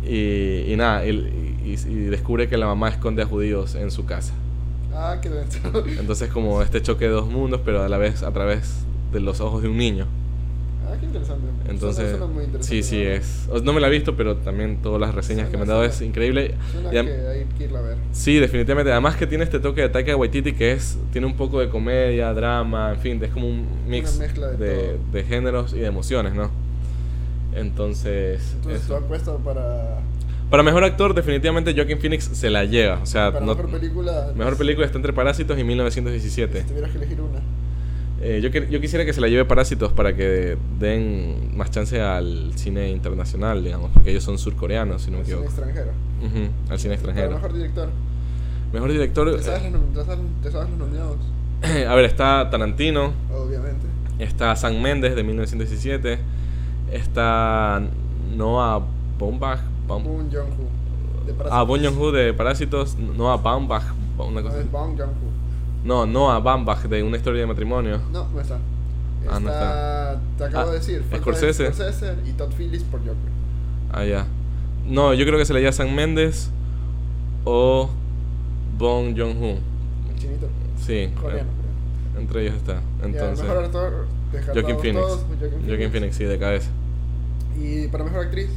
Speaker 1: Y, y nada, él- y, y- y descubre que la mamá esconde a judíos en su casa.
Speaker 2: Ah, qué denso.
Speaker 1: Entonces como este choque de dos mundos, pero a la vez a través de los ojos de un niño.
Speaker 2: Ah, qué interesante. Suena-
Speaker 1: Entonces,
Speaker 2: suena muy
Speaker 1: sí,
Speaker 2: interesante,
Speaker 1: sí,
Speaker 2: ¿no?
Speaker 1: es. o- No me la he visto, pero también todas las reseñas que me han
Speaker 2: Suena-
Speaker 1: dado es
Speaker 2: suena-
Speaker 1: increíble.
Speaker 2: Suena
Speaker 1: Y a-
Speaker 2: que hay que irla a ver.
Speaker 1: Sí, definitivamente. Además que tiene este toque de Taika Waititi que es tiene un poco de comedia, drama, en fin, es como un mix
Speaker 2: Una mezcla de todo.
Speaker 1: de géneros y de emociones, ¿no? Entonces,
Speaker 2: Entonces,
Speaker 1: eso.
Speaker 2: tú has puesto para.
Speaker 1: para mejor actor definitivamente Joaquin Phoenix se la lleva, o sea,
Speaker 2: para
Speaker 1: no-
Speaker 2: mejor película.
Speaker 1: mejor película está entre Parásitos y 1917.
Speaker 2: Si tuvieras que elegir una.
Speaker 1: Eh, yo, que- yo quisiera que se la lleve Parásitos para que den más chance al cine internacional, digamos, porque ellos son surcoreanos, si no me
Speaker 2: un cine
Speaker 1: equivoco.
Speaker 2: extranjero.
Speaker 1: Ujú, al cine
Speaker 2: Para
Speaker 1: extranjero. eh,
Speaker 2: mejor director.
Speaker 1: Mejor director.
Speaker 2: ¿Te sabes, los, nom- te sabes- te sabes los nominados?
Speaker 1: eh, a ver, está Tarantino,
Speaker 2: Obviamente.
Speaker 1: está San Méndez de 1917, está Noah Baumbach. Baum-
Speaker 2: Boon Jong-ho. de
Speaker 1: ah,
Speaker 2: Parásitos.
Speaker 1: Bong Joon-ho de Parásitos, Noah Baumbach, una
Speaker 2: No,
Speaker 1: cosa. así.
Speaker 2: es Bong Joon-ho.
Speaker 1: No, Noah Baumbach de Una historia de matrimonio.
Speaker 2: No, no está.
Speaker 1: Ah, no está.
Speaker 2: Te acabo
Speaker 1: Ah,
Speaker 2: de decir. falta
Speaker 1: Scorsese.
Speaker 2: Scorsese y Todd Phillips por Joker.
Speaker 1: Ah, ya. No, yo creo que se le llama San Méndez o Bong Joon-ho.
Speaker 2: El chinito.
Speaker 1: Sí,
Speaker 2: Coreano,
Speaker 1: eh,
Speaker 2: creo.
Speaker 1: entre ellos está.
Speaker 2: ya,
Speaker 1: Entonces,
Speaker 2: el mejor actor descartado
Speaker 1: Joaquin Phoenix.
Speaker 2: todos, Joaquin Phoenix.
Speaker 1: Joaquin Phoenix, sí, de cabeza.
Speaker 2: Y para mejor actriz,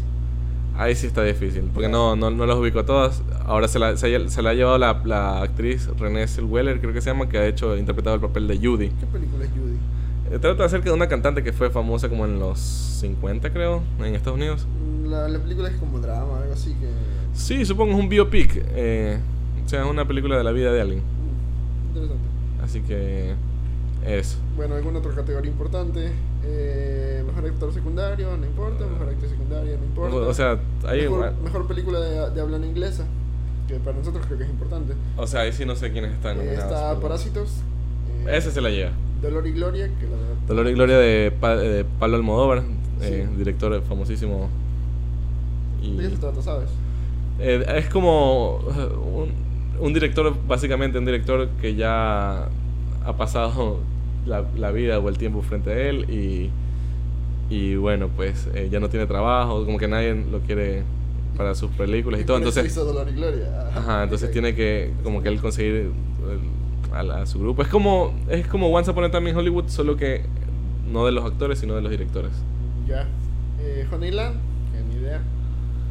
Speaker 1: Ahí sí está difícil, porque no, no, no los ubico a todas. Ahora se la, se, ha- se la ha llevado la, la actriz Renée Zellweger, creo que se llama, que ha hecho interpretado el papel de Judy.
Speaker 2: ¿qué película es Judy?
Speaker 1: Eh, Trata acerca de una cantante que fue famosa como en los 50, creo, en Estados Unidos.
Speaker 2: La, la película es como drama, algo así que.
Speaker 1: Sí, supongo es un biopic. eh, o sea, es una película de la vida de alguien.
Speaker 2: mm, Interesante.
Speaker 1: Así que eso.
Speaker 2: Bueno, alguna otra categoría importante. Eh, mejor actor secundario, no importa. Mejor actriz secundaria, no importa.
Speaker 1: Ah. O sea, ahí,
Speaker 2: mejor, mejor película de, de habla no inglesa, que para nosotros creo que es importante.
Speaker 1: o sea, ahí sí no sé quiénes están.
Speaker 2: Eh,
Speaker 1: nominados,
Speaker 2: está
Speaker 1: pero-
Speaker 2: Parásitos. eh,
Speaker 1: Ese se la lleva.
Speaker 2: Dolor y Gloria, que la verdad.
Speaker 1: Dolor y Gloria de, Pa- de Pablo Almodóvar, eh,
Speaker 2: Sí.
Speaker 1: director famosísimo. Y,
Speaker 2: ¿De qué se trata, sabes?
Speaker 1: eh, es como eh, un, un director, básicamente, un director que ya ha pasado la, la vida o el tiempo frente a él y, y bueno, pues eh, ya no tiene trabajo, como que nadie lo quiere para sus películas y todo.
Speaker 2: por eso
Speaker 1: Entonces,
Speaker 2: hizo Dolor y Gloria. Ah,
Speaker 1: Ajá, entonces tiene que como que él conseguir el- a, la- a su grupo. Es como es como Once Upon a Time in Hollywood, solo que no de los actores, sino de los directores.
Speaker 2: Ya. Eh, Honeyland, que ni idea.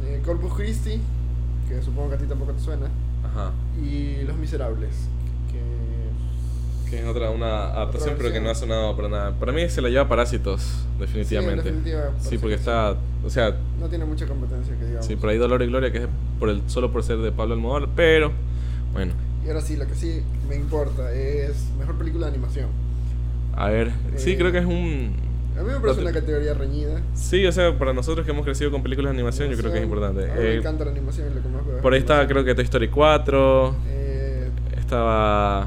Speaker 2: Eh, Corpus Christi, que supongo que a ti tampoco te suena.
Speaker 1: Ajá.
Speaker 2: Y Los Miserables, que.
Speaker 1: Que es otra una adaptación,
Speaker 2: Otra
Speaker 1: pero que
Speaker 2: versión.
Speaker 1: no ha sonado para nada. Para mí se la lleva Parásitos, definitivamente.
Speaker 2: Sí, en definitiva,
Speaker 1: Sí,
Speaker 2: Parásitos.
Speaker 1: porque está, o sea,
Speaker 2: No tiene mucha competencia, que digamos.
Speaker 1: sí, por ahí Dolor y Gloria que es por el solo por ser de Pablo Almodóvar, pero bueno,
Speaker 2: Y ahora sí, lo que sí me importa es mejor película de animación.
Speaker 1: a ver, sí
Speaker 2: Eh,
Speaker 1: creo que es un
Speaker 2: A mí me parece
Speaker 1: Otra-
Speaker 2: una categoría reñida.
Speaker 1: Sí, o sea, para nosotros que hemos crecido con películas de animación, yo creo que es importante.
Speaker 2: A mí
Speaker 1: Eh,
Speaker 2: me encanta la animación, es lo que más veo.
Speaker 1: por ahí está creo que Toy Story 4,
Speaker 2: Eh,
Speaker 1: Estaba.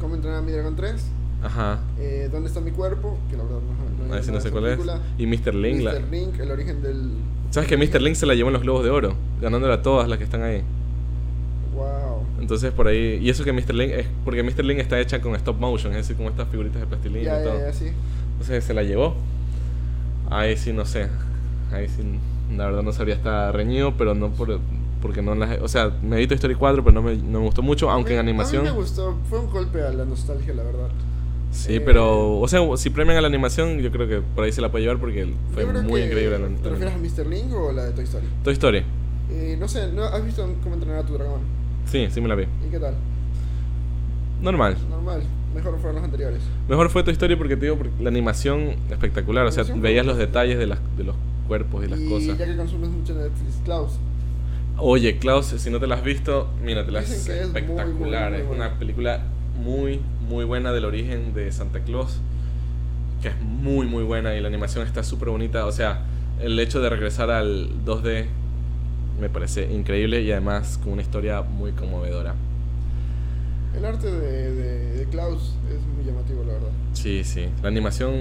Speaker 2: ¿Cómo entrenar a mi Dragon 3?
Speaker 1: Ajá.
Speaker 2: Eh, ¿Dónde está mi cuerpo? Que la verdad no,
Speaker 1: A ver si Ah, no
Speaker 2: nada
Speaker 1: sé
Speaker 2: de esa
Speaker 1: cuál es.
Speaker 2: película.
Speaker 1: Y Mr. Link. la-
Speaker 2: Mr. Link, el origen del.
Speaker 1: ¿Sabes que Mr. Link se la llevó en los Globos de Oro? Ganándola a todas las que están ahí.
Speaker 2: Wow.
Speaker 1: Entonces por ahí. Y eso que Mr. Link es. Porque Mr. Link está hecha con stop motion, es decir, con estas figuritas de plastilina
Speaker 2: Ya,
Speaker 1: y
Speaker 2: ya,
Speaker 1: todo.
Speaker 2: ya, sí.
Speaker 1: Entonces se la llevó. Ahí sí, no sé. Ahí sí, la verdad no sabría estar reñido, pero no por. Porque no las. O sea, me vi Toy Story 4, pero no me, no me gustó mucho, aunque en
Speaker 2: A mí-
Speaker 1: animación.
Speaker 2: A mí me gustó, fue un golpe a la nostalgia, la verdad.
Speaker 1: Sí,
Speaker 2: Eh,
Speaker 1: pero. O sea, si premian a la animación, yo creo que por ahí se la puede llevar porque fue
Speaker 2: Yo creo
Speaker 1: muy
Speaker 2: que-
Speaker 1: increíble. la- la-
Speaker 2: ¿Te refieres a Mr. Link o la de Toy Story?
Speaker 1: Toy Story.
Speaker 2: Eh, no sé, ¿no ¿has visto cómo entrenar a tu dragón?
Speaker 1: Sí, sí me la vi.
Speaker 2: ¿Y qué tal?
Speaker 1: Normal.
Speaker 2: Normal, mejor fueron los anteriores.
Speaker 1: Mejor fue tu historia porque te digo, porque la animación espectacular. O sea,
Speaker 2: Animación
Speaker 1: veías
Speaker 2: fue-
Speaker 1: los detalles de, las, de los cuerpos y las cosas.
Speaker 2: ya que consumes mucho Netflix, Klaus.
Speaker 1: Oye, Klaus, si no te la has visto, míratela. Es
Speaker 2: Dicen que es muy, muy,
Speaker 1: espectacular.
Speaker 2: muy
Speaker 1: es
Speaker 2: buena.
Speaker 1: una película muy, muy buena del origen de Santa Claus. Que es muy, muy buena y la animación está súper bonita. O sea, el hecho de regresar al 2D me parece increíble y además con una historia muy conmovedora.
Speaker 2: El arte de, de, de Klaus es muy llamativo, la verdad.
Speaker 1: Sí, sí. La animación,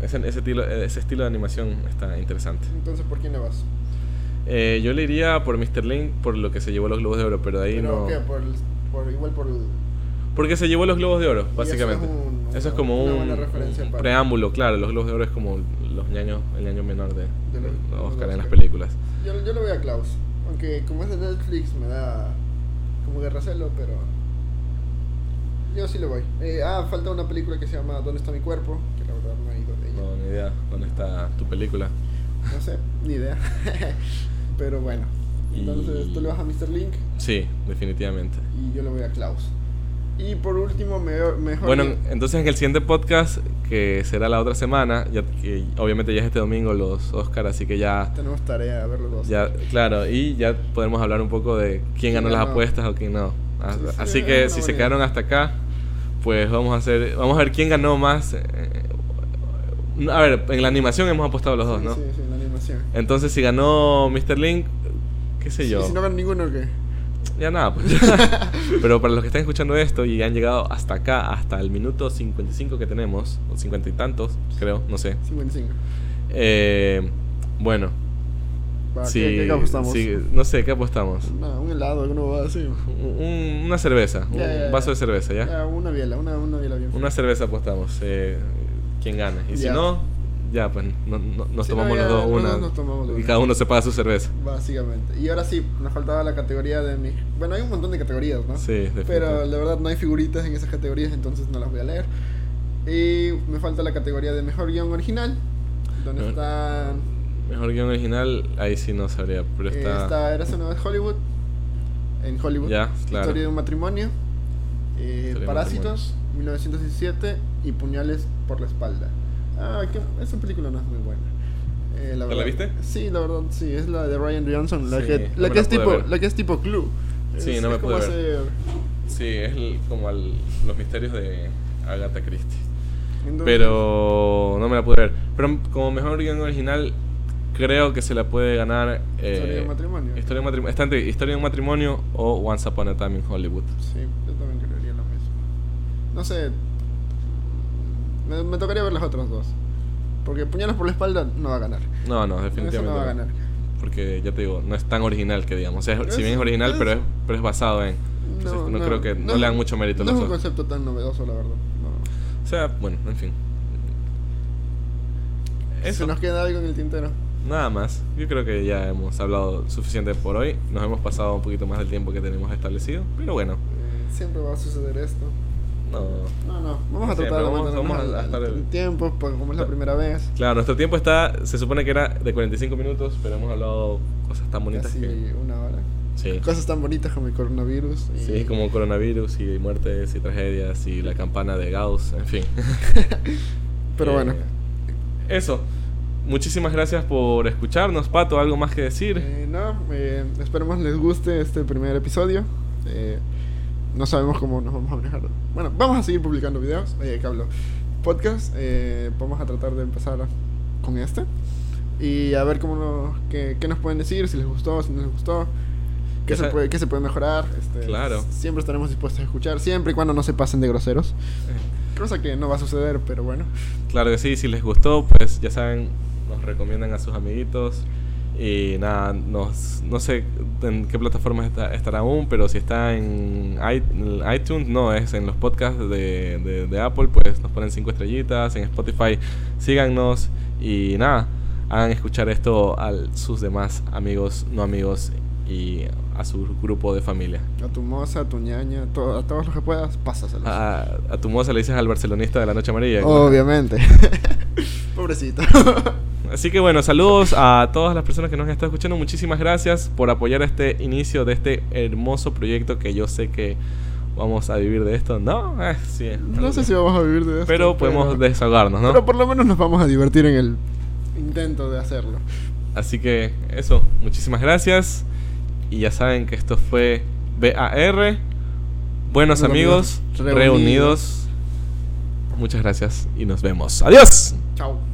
Speaker 1: ese, ese, estilo, ese estilo de animación está interesante.
Speaker 2: Entonces, ¿por quién le vas?
Speaker 1: Eh, yo le iría por Mr. Link por lo que se llevó los Globos de Oro, pero de ahí
Speaker 2: ¿Pero
Speaker 1: no.
Speaker 2: qué? Por, el- por, igual por el...
Speaker 1: Porque se llevó los Globos de Oro,
Speaker 2: y eso
Speaker 1: básicamente.
Speaker 2: es un,
Speaker 1: Eso es como
Speaker 2: una
Speaker 1: un,
Speaker 2: buena referencia
Speaker 1: un
Speaker 2: para-
Speaker 1: preámbulo, claro. Los Globos de Oro es como los ñaños, el ñaño menor de,
Speaker 2: De los-
Speaker 1: de Oscar en las
Speaker 2: Oscar.
Speaker 1: películas.
Speaker 2: Yo, yo le voy a Klaus. Aunque como es de Netflix me da como que recelo, pero. Yo sí le voy. Eh, ah, falta una película que se llama ¿Dónde está mi cuerpo? Que la verdad no he ido de ella.
Speaker 1: No, ni idea dónde está tu película.
Speaker 2: No sé, ni idea. pero bueno. Entonces
Speaker 1: Y-
Speaker 2: tú le vas a Mr. Link
Speaker 1: Sí, definitivamente.
Speaker 2: y yo le voy a Klaus. Y por último, me- mejor.
Speaker 1: Bueno,
Speaker 2: guión.
Speaker 1: entonces en el siguiente podcast, que será la otra semana, ya que obviamente ya es este domingo los Oscar, así que ya,
Speaker 2: tenemos tarea a ver los dos.
Speaker 1: ya, claro, y ya podemos hablar un poco de quién
Speaker 2: ¿Quién
Speaker 1: ganó las
Speaker 2: ganó?
Speaker 1: apuestas o quién no. A-
Speaker 2: Sí, sí,
Speaker 1: Así
Speaker 2: es
Speaker 1: que
Speaker 2: una
Speaker 1: si se
Speaker 2: buena
Speaker 1: quedaron
Speaker 2: idea.
Speaker 1: hasta acá, pues vamos a hacer, vamos a ver quién ganó más. eh, A ver, en la animación hemos apostado los dos,
Speaker 2: Sí,
Speaker 1: ¿no?
Speaker 2: Sí, sí, la animación.
Speaker 1: Entonces si ganó Mr. Link, qué sé
Speaker 2: Sí,
Speaker 1: yo.
Speaker 2: Si no ven ninguno, ¿qué?
Speaker 1: Ya nada, pues. Pero para los que están escuchando esto y han llegado hasta acá, hasta el minuto 55 que tenemos, o 50 y tantos, creo, no sé.
Speaker 2: 55.
Speaker 1: Eh, bueno,
Speaker 2: Va,
Speaker 1: si,
Speaker 2: ¿qué, qué apostamos?
Speaker 1: si- no sé, ¿qué apostamos?
Speaker 2: Una- un helado, alguna va así.
Speaker 1: Un- una cerveza, un
Speaker 2: Ya, ya, ya.
Speaker 1: vaso de cerveza, ¿ya?
Speaker 2: Ya, Ah, una biela, una, una biela bien.
Speaker 1: Una cerveza apostamos, eh, quien gane. Y si
Speaker 2: Ya.
Speaker 1: no, ya, pues no- no- nos
Speaker 2: Si no,
Speaker 1: tomamos
Speaker 2: ya,
Speaker 1: los dos
Speaker 2: los
Speaker 1: una.
Speaker 2: dos nos tomamos
Speaker 1: y
Speaker 2: una.
Speaker 1: cada uno se paga su cerveza.
Speaker 2: Básicamente. Y ahora sí, nos faltaba la categoría de mi... Bueno, hay un montón de categorías, ¿no?
Speaker 1: Sí,
Speaker 2: Pero
Speaker 1: definitivamente.
Speaker 2: la verdad no hay figuritas en esas categorías, entonces no las voy a leer. Y me falta la categoría de mejor guión original, donde
Speaker 1: No.
Speaker 2: está...
Speaker 1: Mejor guión original, ahí sí no sabría, pero
Speaker 2: eh,
Speaker 1: está...
Speaker 2: está Érase una vez Hollywood, en Hollywood.
Speaker 1: Ya, claro.
Speaker 2: Historia de un matrimonio, eh,
Speaker 1: Historia de
Speaker 2: Parásitos, 1917 y Puñales por la espalda. Ah, que esa película no es muy buena. Eh,
Speaker 1: ¿Te la
Speaker 2: verdad-
Speaker 1: viste?
Speaker 2: Sí, la verdad, sí, es la de Ryan Johnson, la
Speaker 1: Sí,
Speaker 2: que,
Speaker 1: no
Speaker 2: la
Speaker 1: me
Speaker 2: que
Speaker 1: la
Speaker 2: es
Speaker 1: pude
Speaker 2: tipo,
Speaker 1: ver.
Speaker 2: la que es tipo club.
Speaker 1: Sí,
Speaker 2: Es-
Speaker 1: no me
Speaker 2: es como
Speaker 1: pude ver.
Speaker 2: hacer-
Speaker 1: Sí, es el- como el- los misterios de Agatha Christie.
Speaker 2: entonces-
Speaker 1: Pero no me la pude ver. Pero como mejor guión original, creo que se la puede ganar. eh,
Speaker 2: Historia de un matrimonio.
Speaker 1: Historia de un matrimonio. Está entre Historia de un matrimonio o Once Upon a Time in Hollywood.
Speaker 2: Sí, yo también creería lo mismo. No sé. Me, me tocaría ver las otras dos. Porque puñalas por la espalda no va a ganar.
Speaker 1: No, no, definitivamente.
Speaker 2: Eso no va a ganar.
Speaker 1: Porque ya te digo, no es tan original que digamos. O sea,
Speaker 2: Es-
Speaker 1: si bien es original,
Speaker 2: es-
Speaker 1: pero, es, pero es basado en. Entonces no, creo que no, le dan mucho mérito a
Speaker 2: No es
Speaker 1: los
Speaker 2: un
Speaker 1: otros.
Speaker 2: concepto tan novedoso, la verdad. No.
Speaker 1: O sea, bueno, en fin.
Speaker 2: Se nos queda algo en el tintero.
Speaker 1: Nada más, yo creo que ya hemos hablado suficiente por hoy. Nos hemos pasado un poquito más del tiempo que tenemos establecido, pero bueno,
Speaker 2: Eh, siempre va a suceder esto.
Speaker 1: no.
Speaker 2: No, no. Vamos a
Speaker 1: Sí,
Speaker 2: tratar
Speaker 1: pero
Speaker 2: de
Speaker 1: vamos- vamos
Speaker 2: mantenernos
Speaker 1: a-
Speaker 2: al-
Speaker 1: a estar-
Speaker 2: al tiempo, porque como es la primera vez.
Speaker 1: Claro, nuestro tiempo está, se supone que era de 45 minutos, pero hemos hablado cosas tan bonitas
Speaker 2: Casi
Speaker 1: que.
Speaker 2: una hora.
Speaker 1: Sí.
Speaker 2: Cosas tan bonitas como el coronavirus. y-
Speaker 1: Sí, como coronavirus y muertes y tragedias y la campana de Gauss, en fin.
Speaker 2: Pero
Speaker 1: Eh,
Speaker 2: bueno.
Speaker 1: Eso. Muchísimas gracias por escucharnos, Pato. ¿Algo más que decir?
Speaker 2: Eh, no, eh, esperemos les guste este primer episodio. Eh, no sabemos cómo nos vamos a manejar. Bueno, vamos a seguir publicando videos. Eh, que hablo. Podcast. eh, vamos a tratar de empezar con este. Y a ver cómo nos, qué, qué nos pueden decir, si les gustó, si no les gustó. ¿Qué,
Speaker 1: Ya
Speaker 2: se
Speaker 1: sa-
Speaker 2: puede, qué se puede mejorar? este,
Speaker 1: Claro.
Speaker 2: s- Siempre estaremos dispuestos a escuchar, siempre y cuando no se pasen de groseros. Cosa que no va a suceder, pero bueno.
Speaker 1: Claro que sí, si les gustó, pues ya saben, nos recomiendan a sus amiguitos. Y nada, nos, no sé en qué plataforma está- estará aún, pero si está en i- en iTunes, no, es en los podcasts de, de- de Apple, pues nos ponen cinco estrellitas, en Spotify, síganos y nada, hagan escuchar esto a sus demás amigos, no amigos y a su grupo de familia.
Speaker 2: A tu moza, a tu ñaña, a to- a todos los que puedas, pásaselos.
Speaker 1: A, a tu moza le dices al barcelonista de la noche amarilla.
Speaker 2: Obviamente. Pobrecito.
Speaker 1: Así que bueno, saludos a todas las personas que nos están escuchando. Muchísimas gracias por apoyar este inicio de este hermoso proyecto que yo sé que vamos a vivir de esto. No, Eh, sí.
Speaker 2: No sé si vamos a vivir de esto.
Speaker 1: Pero podemos desahogarnos, ¿no?
Speaker 2: Pero por lo menos nos vamos a divertir en el intento de hacerlo.
Speaker 1: Así que eso, muchísimas gracias. Y ya saben que esto fue BAR. Buenos
Speaker 2: Buenos
Speaker 1: amigos,
Speaker 2: amigos
Speaker 1: reunidos. Muchas gracias y nos vemos. Adiós.
Speaker 2: Chao.